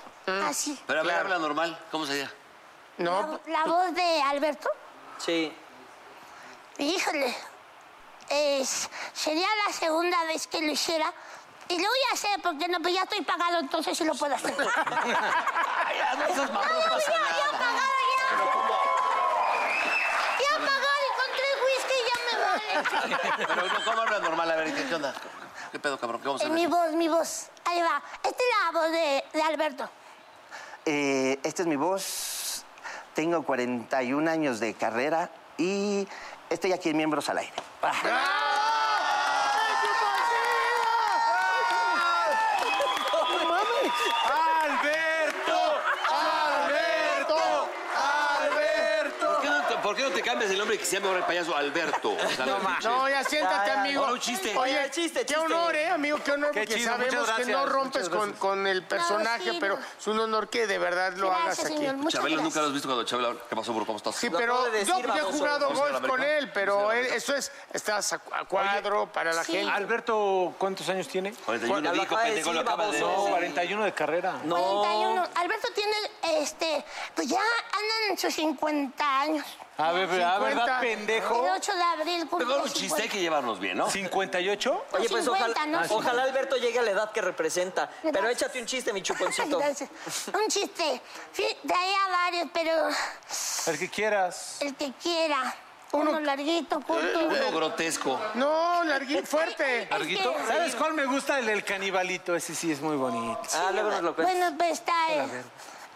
[SPEAKER 9] así.
[SPEAKER 6] Pero a ver, habla normal. ¿Cómo sería?
[SPEAKER 2] No,
[SPEAKER 9] La, la voz de Alberto,
[SPEAKER 4] Sí.
[SPEAKER 9] híjole, es- sería la segunda vez que lo hiciera. Y lo voy a hacer porque no, pues ya estoy pagado, entonces sí lo puedo hacer. no, ya, pues, ya, ya pagado, ya. Ya pagado y con tres whisky ya me vale.
[SPEAKER 6] Pero no, ¿cómo habla normal? A ver, ¿qué, qué onda? ¿Qué pedo, cabrón? ¿Qué vamos a
[SPEAKER 9] Eh, mi
[SPEAKER 6] hacer?
[SPEAKER 9] voz, mi voz. Ahí va. Esta es la voz de, de Alberto.
[SPEAKER 10] Eh, esta es mi voz. Tengo 41 años de carrera y estoy aquí en Miembros al Aire.
[SPEAKER 3] ¡Alberto! ¡Alberto! ¡Alberto!
[SPEAKER 6] ¿Por qué, no te, ¿Por qué no te cambias el nombre que se llama ahora el payaso Alberto? O sea,
[SPEAKER 3] No, ma.
[SPEAKER 2] no, ya siéntate,
[SPEAKER 4] Ya, ya,
[SPEAKER 2] amigo.
[SPEAKER 6] ahora un chiste.
[SPEAKER 2] Oye,
[SPEAKER 4] Ya, chiste,
[SPEAKER 2] qué
[SPEAKER 4] chiste.
[SPEAKER 2] honor, ¿eh, amigo? Qué honor,
[SPEAKER 3] Qué
[SPEAKER 2] porque
[SPEAKER 3] chido, muchas
[SPEAKER 2] sabemos que no
[SPEAKER 3] gracias,
[SPEAKER 2] rompes
[SPEAKER 3] muchas
[SPEAKER 2] con,
[SPEAKER 3] gracias.
[SPEAKER 2] con el personaje,
[SPEAKER 9] sí,
[SPEAKER 2] pero
[SPEAKER 9] no.
[SPEAKER 2] es un honor que de verdad lo
[SPEAKER 9] Gracias,
[SPEAKER 2] hagas aquí.
[SPEAKER 9] señor. Muchas
[SPEAKER 6] Chabelo
[SPEAKER 9] gracias.
[SPEAKER 6] nunca lo has visto cuando Chabelo habla. ¿Qué pasó, bro? ¿Cómo estás?
[SPEAKER 2] Sí,
[SPEAKER 4] Lo
[SPEAKER 2] pero
[SPEAKER 4] acabo de
[SPEAKER 2] yo
[SPEAKER 4] decir,
[SPEAKER 2] he
[SPEAKER 4] baboso.
[SPEAKER 2] jugado
[SPEAKER 6] ¿Vamos a la
[SPEAKER 2] golf con
[SPEAKER 6] América?
[SPEAKER 2] él, pero
[SPEAKER 6] ¿Vamos a la
[SPEAKER 2] él-
[SPEAKER 6] América?
[SPEAKER 2] eso es, estás a, cu- a cuadro para la
[SPEAKER 9] sí.
[SPEAKER 2] gente.
[SPEAKER 3] Alberto, ¿cuántos años tiene?
[SPEAKER 6] Pues, 41
[SPEAKER 4] Lo
[SPEAKER 6] dijo,
[SPEAKER 4] acaba de
[SPEAKER 6] pendejo, lo
[SPEAKER 4] decir,
[SPEAKER 6] acaba de
[SPEAKER 4] baboso.
[SPEAKER 6] decir.
[SPEAKER 3] 41 de carrera.
[SPEAKER 9] 41. Alberto tiene, este, pues ya andan en sus 50 años.
[SPEAKER 3] A ver, a ver,
[SPEAKER 2] 50.
[SPEAKER 3] ¿verdad, pendejo?
[SPEAKER 9] El 8 de abril cumple
[SPEAKER 6] Mejor un
[SPEAKER 9] 50.
[SPEAKER 6] chiste, hay que llevarnos bien, ¿no?
[SPEAKER 3] ¿58?
[SPEAKER 4] Oye, pues
[SPEAKER 9] 50,
[SPEAKER 4] ojalá,
[SPEAKER 9] ¿no?
[SPEAKER 4] ojalá Alberto llegue a la edad que representa. Pero
[SPEAKER 9] Gracias.
[SPEAKER 4] échate un chiste, mi
[SPEAKER 9] Ay,
[SPEAKER 4] chuponcito.
[SPEAKER 9] gracias. Un chiste. Sí, traía varios, pero
[SPEAKER 3] El que quieras.
[SPEAKER 9] el que quiera. Uno, larguito, corto.
[SPEAKER 6] Uno grotesco.
[SPEAKER 2] No, larguín, fuerte.
[SPEAKER 9] Es
[SPEAKER 3] ¿Larguito?
[SPEAKER 9] que-
[SPEAKER 3] ¿Sabes cuál me gusta? El del canibalito. Ese sí es muy bonito.
[SPEAKER 4] Ah, luego nos lo cuentas.
[SPEAKER 9] Bueno, pues está. eh,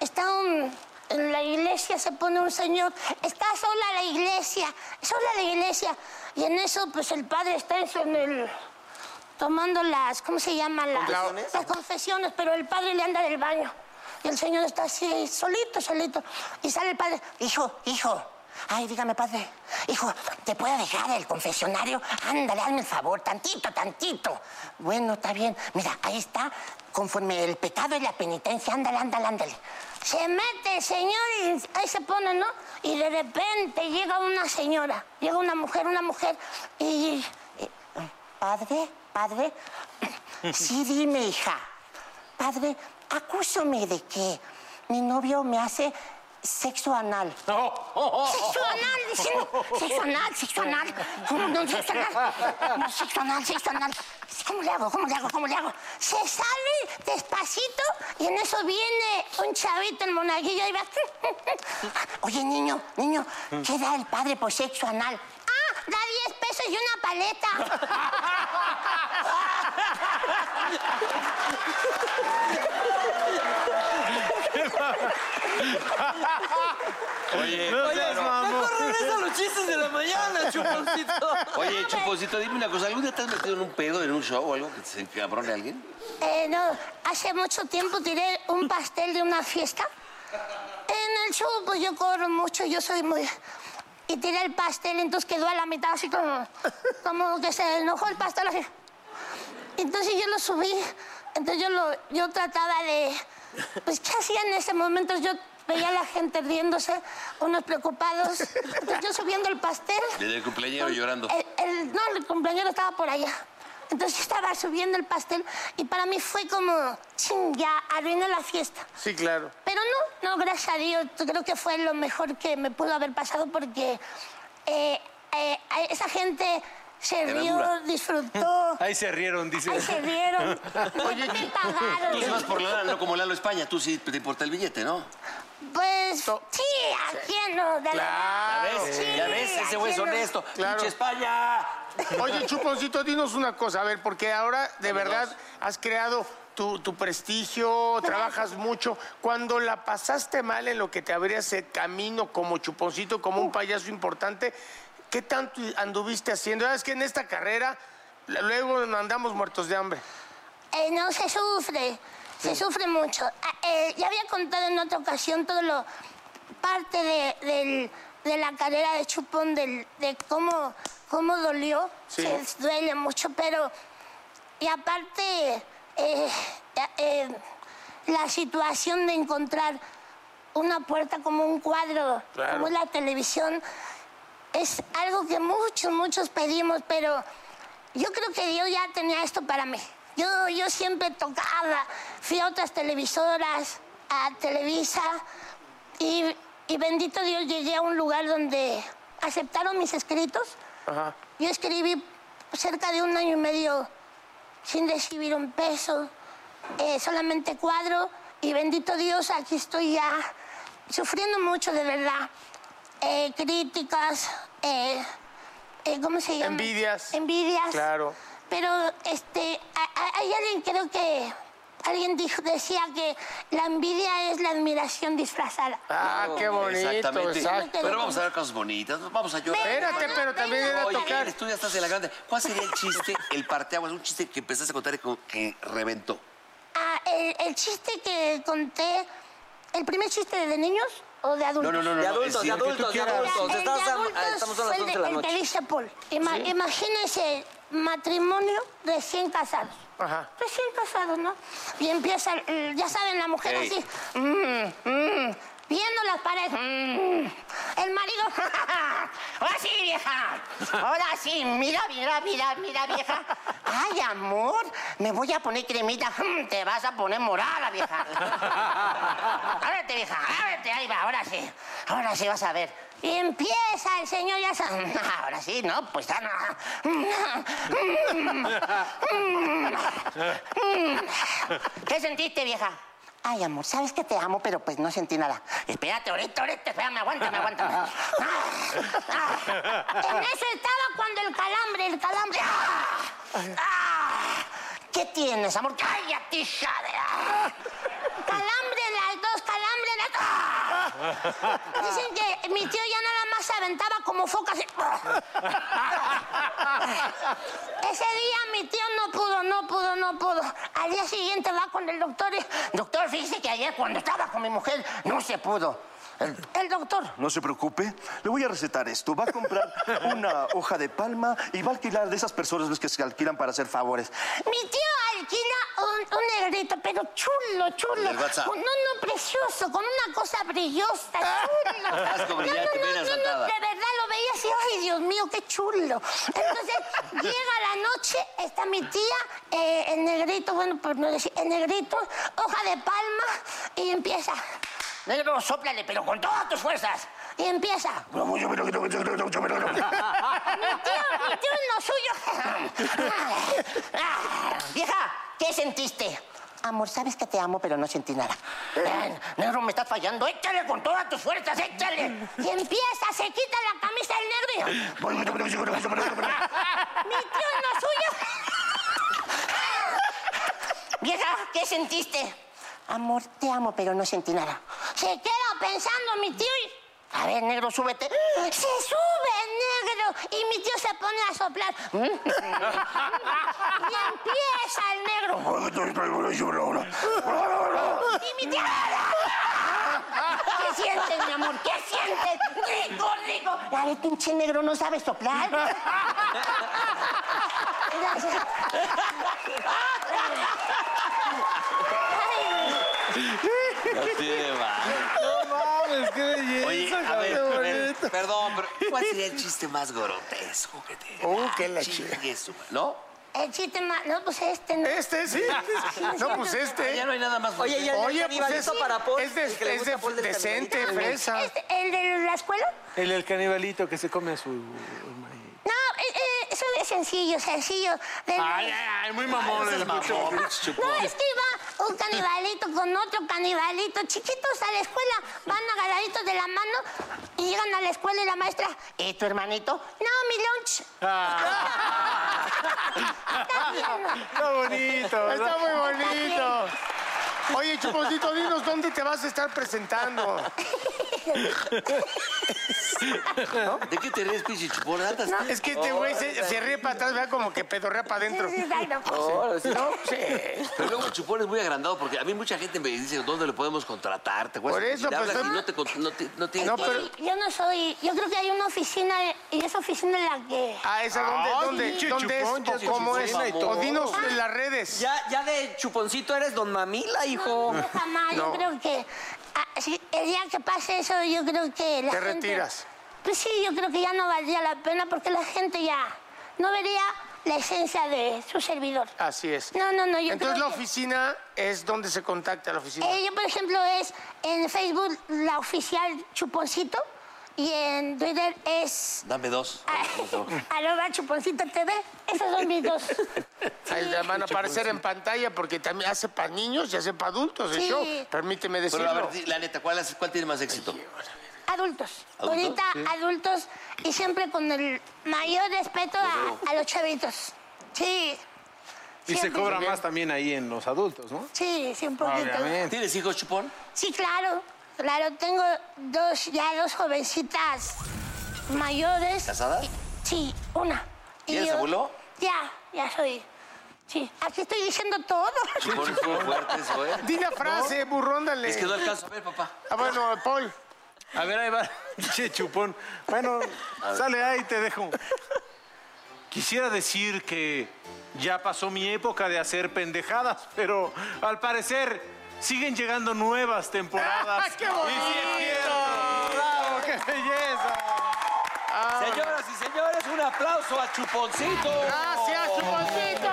[SPEAKER 9] está un- En la iglesia se pone un señor. Está sola la iglesia. Sola la iglesia. Y en eso, pues el padre está eso en el. Tomando las. ¿Cómo se llama? Las
[SPEAKER 2] ¿Confesiones?
[SPEAKER 9] las confesiones, pero el padre le anda del baño. Y el señor está así, solito, solito. Y sale el padre. Hijo, hijo. Ay, dígame, padre. Hijo, ¿te puedo dejar el confesionario? Ándale, hazme el favor, tantito, tantito. Bueno, está bien. Mira, ahí está, conforme el pecado y la penitencia. Ándale, ándale, ándale. Se mete el señor y ahí se pone, ¿no? Y de repente llega una señora, llega una mujer, una mujer, y... y- Padre, padre, sí dime, hija, Padre, acúsame de que mi novio me hace sexo anal. Sexo anal, diciendo, sexo anal, sexo anal. ¿Cómo no, sexo anal? No, sexo anal, sexo anal. ¿Cómo le hago? ¿Cómo le hago? ¿Cómo le hago? Se sale despacito y en eso viene un chavito, el monaguillo, y va. Oye, niño, niño, ¿qué da el padre por sexo anal? Ah, da 10 pesos y una paleta.
[SPEAKER 5] Oye,
[SPEAKER 6] mejor
[SPEAKER 4] regresa a los chistes de la mañana, chuponcito.
[SPEAKER 6] Oye, Chuponcito, dime una cosa. ¿Algún día te has metido en un pedo, en un show o algo que se encabrone a alguien?
[SPEAKER 9] Eh, no, hace mucho tiempo tiré un pastel de una fiesta. En el show, pues yo corro mucho, yo soy muy... Y tiré el pastel, entonces quedó a la mitad así como... Como que se enojó el pastel así. Entonces yo lo subí, entonces yo, lo, yo trataba de... Pues, ¿qué hacía en ese momento? Yo veía a la gente riéndose, unos preocupados. Entonces yo subiendo el pastel...
[SPEAKER 6] Desde el cumpleañero llorando.
[SPEAKER 9] El, el- no, el cumpleañero estaba por allá. Entonces estaba subiendo el pastel y para mí fue como, ching, ya arruiné la fiesta.
[SPEAKER 2] Sí, claro.
[SPEAKER 9] Pero no, no, gracias a Dios, creo que fue lo mejor que me pudo haber pasado porque eh, eh, esa gente se
[SPEAKER 3] Era
[SPEAKER 9] rió,
[SPEAKER 3] dura.
[SPEAKER 9] disfrutó,
[SPEAKER 3] Ahí se rieron, dice.
[SPEAKER 9] ahí se rieron, Oye, me pagaron.
[SPEAKER 6] Tú sí vas por la lana, no como Lalo España. Tú sí te importa el billete, ¿no?
[SPEAKER 9] Pues sí, ¿a quién no? De la-
[SPEAKER 6] Eh,
[SPEAKER 9] Sí, ¿a quién no?
[SPEAKER 6] ¡Pinche España!
[SPEAKER 2] Oye, Chuponcito, dinos una cosa. A ver, porque ahora de verdad has creado tu, tu prestigio, trabajas mucho. Cuando la pasaste mal en lo que te abrías el camino como Chuponcito, como un payaso importante, ¿qué tanto anduviste haciendo? Ah, Es que en esta carrera la- luego andamos muertos de hambre.
[SPEAKER 9] Eh, no, se sufre, se sufre mucho. Ah, eh, ya había contado en otra ocasión todo lo parte de, del- de la carrera de Chupón, del- de cómo, cómo dolió.
[SPEAKER 11] Sí.
[SPEAKER 9] Se duele mucho, pero... Y aparte, eh, ya, eh, la situación de encontrar una puerta como un cuadro,
[SPEAKER 11] Claro.
[SPEAKER 9] como la televisión, es algo que muchos, muchos pedimos, pero yo creo que Dios ya tenía esto para mí. Yo, yo siempre tocaba, fui a otras televisoras, a Televisa, y, y bendito Dios llegué a un lugar donde aceptaron mis escritos.
[SPEAKER 2] Ajá.
[SPEAKER 9] Yo escribí cerca de un año y medio sin recibir un peso, eh, solamente cuadro, y bendito Dios, aquí estoy ya sufriendo mucho de verdad. Eh, críticas, eh, eh, ¿cómo se llama?
[SPEAKER 2] Envidias.
[SPEAKER 9] Envidias.
[SPEAKER 2] Claro.
[SPEAKER 9] Pero este, a- a- hay alguien, creo que alguien dijo, decía que la envidia es la admiración disfrazada.
[SPEAKER 2] Ah, qué bonito.
[SPEAKER 6] Exactamente.
[SPEAKER 2] exacto.
[SPEAKER 6] Pero vamos a ver cosas bonitas. Vamos a llorar.
[SPEAKER 2] Espérate, pero también era
[SPEAKER 6] Oye,
[SPEAKER 2] tocar.
[SPEAKER 6] Tú ya estás en la grande. ¿Cuál sería el chiste, el parteaguas, un chiste que empezaste a contar y como que reventó?
[SPEAKER 9] Ah, el, el chiste que conté, el primer chiste de niños o de adultos.
[SPEAKER 6] No, no, no, no, De no, adultos, es de el que tú adultos, de quieras. adultos.
[SPEAKER 9] El de
[SPEAKER 6] Estamos a-
[SPEAKER 9] adultos
[SPEAKER 6] estamos a las
[SPEAKER 9] fue el
[SPEAKER 6] 11 de la
[SPEAKER 9] el
[SPEAKER 6] noche.
[SPEAKER 9] que dice Paul. Ima-
[SPEAKER 6] Sí.
[SPEAKER 9] Imagínense matrimonio recién casados. Recién casados, ¿no? Y empieza, el- ya saben, la mujer
[SPEAKER 11] Ey.
[SPEAKER 9] así, mm, mm, viendo las paredes. mm. El marido, ahora sí, vieja. Ahora sí, mira, mira, mira, mira, vieja. Ay, amor, me voy a poner cremita. Mm, Te vas a poner morada, vieja. Ábrete, vieja, ábrete, ahí va, ahora sí. Ahora sí vas a ver. Y empieza el señor ya sabe. Ahora sí, ¿no? Pues ya ¿Qué sentiste, vieja? Ay, amor, sabes que te amo, pero pues no sentí nada. Espérate, ahorita, ahorita, espérame, aguántame, aguántame. En eso estaba cuando el calambre, el calambre. ¡Ah! ¡Ah! ¿Qué tienes, amor? ¡Cállate, hija de... ¡Ah! ¡Calambre las dos, calambre las dos! ¡Ah! Dicen que mi tío ya nada más se aventaba como foca. así. Ese día mi tío no pudo, no pudo, no pudo. Al día siguiente va con el doctor y... Doctor, fíjese que ayer cuando estaba con mi mujer no se pudo. El doctor...
[SPEAKER 10] No se preocupe, le voy a recetar esto. Va a comprar una hoja de palma y va a alquilar de esas personas ves, que se alquilan para hacer favores.
[SPEAKER 9] Mi tío alquila un, un negrito, pero chulo, chulo.
[SPEAKER 10] Del WhatsApp.
[SPEAKER 9] Un- No, no, precioso, con una cosa brillosa, chulo.
[SPEAKER 6] Asco brillante,
[SPEAKER 9] no, no,
[SPEAKER 6] pena
[SPEAKER 9] no, no,
[SPEAKER 6] espantada.
[SPEAKER 9] de verdad lo veía así, ay, Dios mío, qué chulo. Entonces, llega la noche, está mi tía, eh, el negrito, bueno, por no decir, el negrito, hoja de palma, y empieza.
[SPEAKER 12] Negro, soplale, pero con todas tus fuerzas.
[SPEAKER 9] Y empieza.
[SPEAKER 12] Vamos, yo, pero, pero, pero, pero, pero,
[SPEAKER 9] Mi tío,
[SPEAKER 12] pero.
[SPEAKER 9] mi tío en lo suyo.
[SPEAKER 12] Ah, Vieja, ¿qué sentiste? Amor, sabes que te amo, pero no sentí nada. Ven, negro, me está fallando. Échale con todas tus fuerzas, échale.
[SPEAKER 9] Y empieza, se quita la camisa del negro. Mi tío en lo suyo.
[SPEAKER 12] Vieja, ¿qué sentiste? Amor, te amo, pero no sentí nada.
[SPEAKER 9] Se queda pensando mi tío y
[SPEAKER 12] A ver, negro, súbete.
[SPEAKER 9] se sube negro y mi tío se pone a soplar.
[SPEAKER 12] Mm.
[SPEAKER 9] Y empieza el negro. Y mi tío...
[SPEAKER 12] ¿Qué sientes, mi amor? ¿Qué sientes? ¡Rico, rico! A ver, pinche negro, no sabes soplar.
[SPEAKER 9] Gracias.
[SPEAKER 6] No tiene más.
[SPEAKER 8] No mames, qué belleza.
[SPEAKER 6] Oye, a ver,
[SPEAKER 8] cabrón, qué
[SPEAKER 6] per-
[SPEAKER 8] bonito.
[SPEAKER 6] perdón, pero ¿cuál sería el chiste más grotesco que te Uh, qué la ¿No?
[SPEAKER 9] El chiste más... No, pues este no.
[SPEAKER 2] Este sí. No, pues este.
[SPEAKER 6] Ya no hay nada más.
[SPEAKER 4] Oye, ya-
[SPEAKER 2] Oye,
[SPEAKER 4] ya
[SPEAKER 2] pues
[SPEAKER 4] iba
[SPEAKER 2] es-
[SPEAKER 4] listo para Paul,
[SPEAKER 2] es de-
[SPEAKER 4] el que le
[SPEAKER 2] es
[SPEAKER 4] gusta
[SPEAKER 2] de-
[SPEAKER 4] Paul del
[SPEAKER 2] decente,
[SPEAKER 4] Canibalito.
[SPEAKER 2] fresa.
[SPEAKER 9] Este, ¿El de la escuela?
[SPEAKER 3] El, el canibalito que se come a su...
[SPEAKER 9] No, eh, eh, eso es sencillo, sencillo. Del-
[SPEAKER 3] Ay, ay, ay, muy mamón el muchacho.
[SPEAKER 9] No, es que iba un canibalito con otro canibalito, chiquitos a la escuela, van agarraditos de la mano y llegan a la escuela y la maestra,
[SPEAKER 12] ¿Y tu hermanito?
[SPEAKER 9] no, mi lunch. Ah, Está bien.
[SPEAKER 3] Está bonito.
[SPEAKER 2] Está muy bonito. Oye, Chuponcito, dinos dónde te vas a estar presentando.
[SPEAKER 6] ¿De qué te ríes, pinche chupón? Andas-
[SPEAKER 2] Es que este güey se, se ríe para atrás, ¿verdad? Como que pedorrea para adentro.
[SPEAKER 9] Sí, sí, sí, no, pues,
[SPEAKER 2] No, sí.
[SPEAKER 6] Pero luego el chupón es muy agrandado porque a mí mucha gente me dice dónde lo podemos contratar. ¿Te acuerdas?
[SPEAKER 2] Por eso,
[SPEAKER 6] Y le
[SPEAKER 2] pues,
[SPEAKER 6] hablas y
[SPEAKER 2] no-
[SPEAKER 6] no te, con- no te- no te-
[SPEAKER 2] No,
[SPEAKER 9] es que
[SPEAKER 2] pero-
[SPEAKER 9] Yo no soy, yo creo que hay una oficina y esa oficina es la que...
[SPEAKER 2] Ah, ¿esa dónde,
[SPEAKER 3] Ay,
[SPEAKER 2] dónde,
[SPEAKER 3] pinche
[SPEAKER 2] dónde es?
[SPEAKER 3] Chupón, ya
[SPEAKER 2] ¿O
[SPEAKER 3] se
[SPEAKER 2] ¿Cómo es?
[SPEAKER 6] chupó y todo.
[SPEAKER 2] O dinos en las redes.
[SPEAKER 4] Ya, ya de chuponcito eres don mamila, hijo.
[SPEAKER 9] No, jamás,
[SPEAKER 2] No.
[SPEAKER 9] yo creo que... ah, sí, el día que pase eso, yo creo que la
[SPEAKER 2] Te
[SPEAKER 9] gente-
[SPEAKER 2] retiras.
[SPEAKER 9] Pues sí, yo creo que ya no valdría la pena porque la gente ya no vería la esencia de su servidor.
[SPEAKER 3] Ah.
[SPEAKER 2] Así es.
[SPEAKER 9] No, no, no, yo
[SPEAKER 2] Entonces
[SPEAKER 9] creo
[SPEAKER 2] la
[SPEAKER 9] que-
[SPEAKER 2] oficina es donde se contacta la oficina.
[SPEAKER 9] Eh, yo, por ejemplo, es en Facebook la oficial Chuponcito y en Twitter es
[SPEAKER 6] Dame dos.
[SPEAKER 9] arroba Chuponcito TV. Esos son mis dos.
[SPEAKER 2] Ahí la van a aparecer en pantalla porque también hace para niños y hace para adultos el
[SPEAKER 9] Sí.
[SPEAKER 2] show. Permíteme
[SPEAKER 6] Pero a
[SPEAKER 2] decirlo.
[SPEAKER 6] ver, di- la neta, ¿cuál, has- cuál tiene más éxito?
[SPEAKER 9] Adultos.
[SPEAKER 6] ¿Adultos?
[SPEAKER 9] Ahorita adultos y siempre con el mayor respeto a, a los chavitos. Sí,
[SPEAKER 3] Y se
[SPEAKER 9] Siempre.
[SPEAKER 3] cobra más también ahí en los adultos, ¿no?
[SPEAKER 9] sí, sí, un poquito.
[SPEAKER 3] Obviamente.
[SPEAKER 6] ¿Tienes hijos, chupón?
[SPEAKER 9] Sí, claro. Claro, tengo dos, ya dos jovencitas mayores.
[SPEAKER 6] ¿Casadas?
[SPEAKER 9] Sí, una.
[SPEAKER 6] ¿Y eres
[SPEAKER 9] yo-
[SPEAKER 6] abuelo?
[SPEAKER 9] Ya, ya soy. Sí, aquí estoy diciendo todo.
[SPEAKER 6] Chupón es muy fuerte eso, ¿eh?
[SPEAKER 2] Di la frase, burrón, dale.
[SPEAKER 6] Es que no alcanzo a ver, papá.
[SPEAKER 2] Ah, bueno, Paul.
[SPEAKER 3] A ver, ahí va. Che, chupón. Bueno, sale ahí te dejo. Quisiera decir que ya pasó mi época de hacer pendejadas, pero al parecer siguen llegando nuevas temporadas.
[SPEAKER 2] ¡Qué bonito!
[SPEAKER 3] Y sí es cierto. ¡Ah, ¡Bravo, qué belleza!
[SPEAKER 4] Señoras y señores, un aplauso a Chuponcito.
[SPEAKER 2] ¡Gracias, Chuponcito!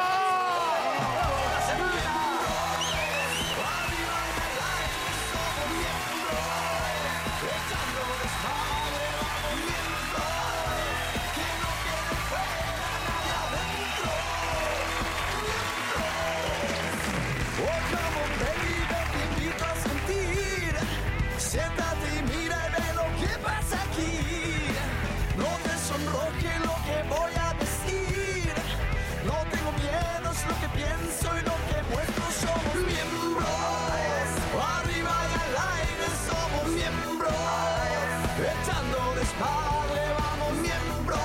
[SPEAKER 8] Otra Monterrey te invito a sentir. Siéntate y mira y ve lo que pasa aquí. No te sonroje lo que voy a decir. No tengo miedo, es lo que pienso y lo que muestro. Somos miembros. Arriba y al aire somos miembros. Echando desmadre vamos miembros.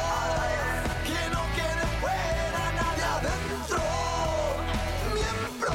[SPEAKER 8] Que no quede fuera nadie adentro. Miembros.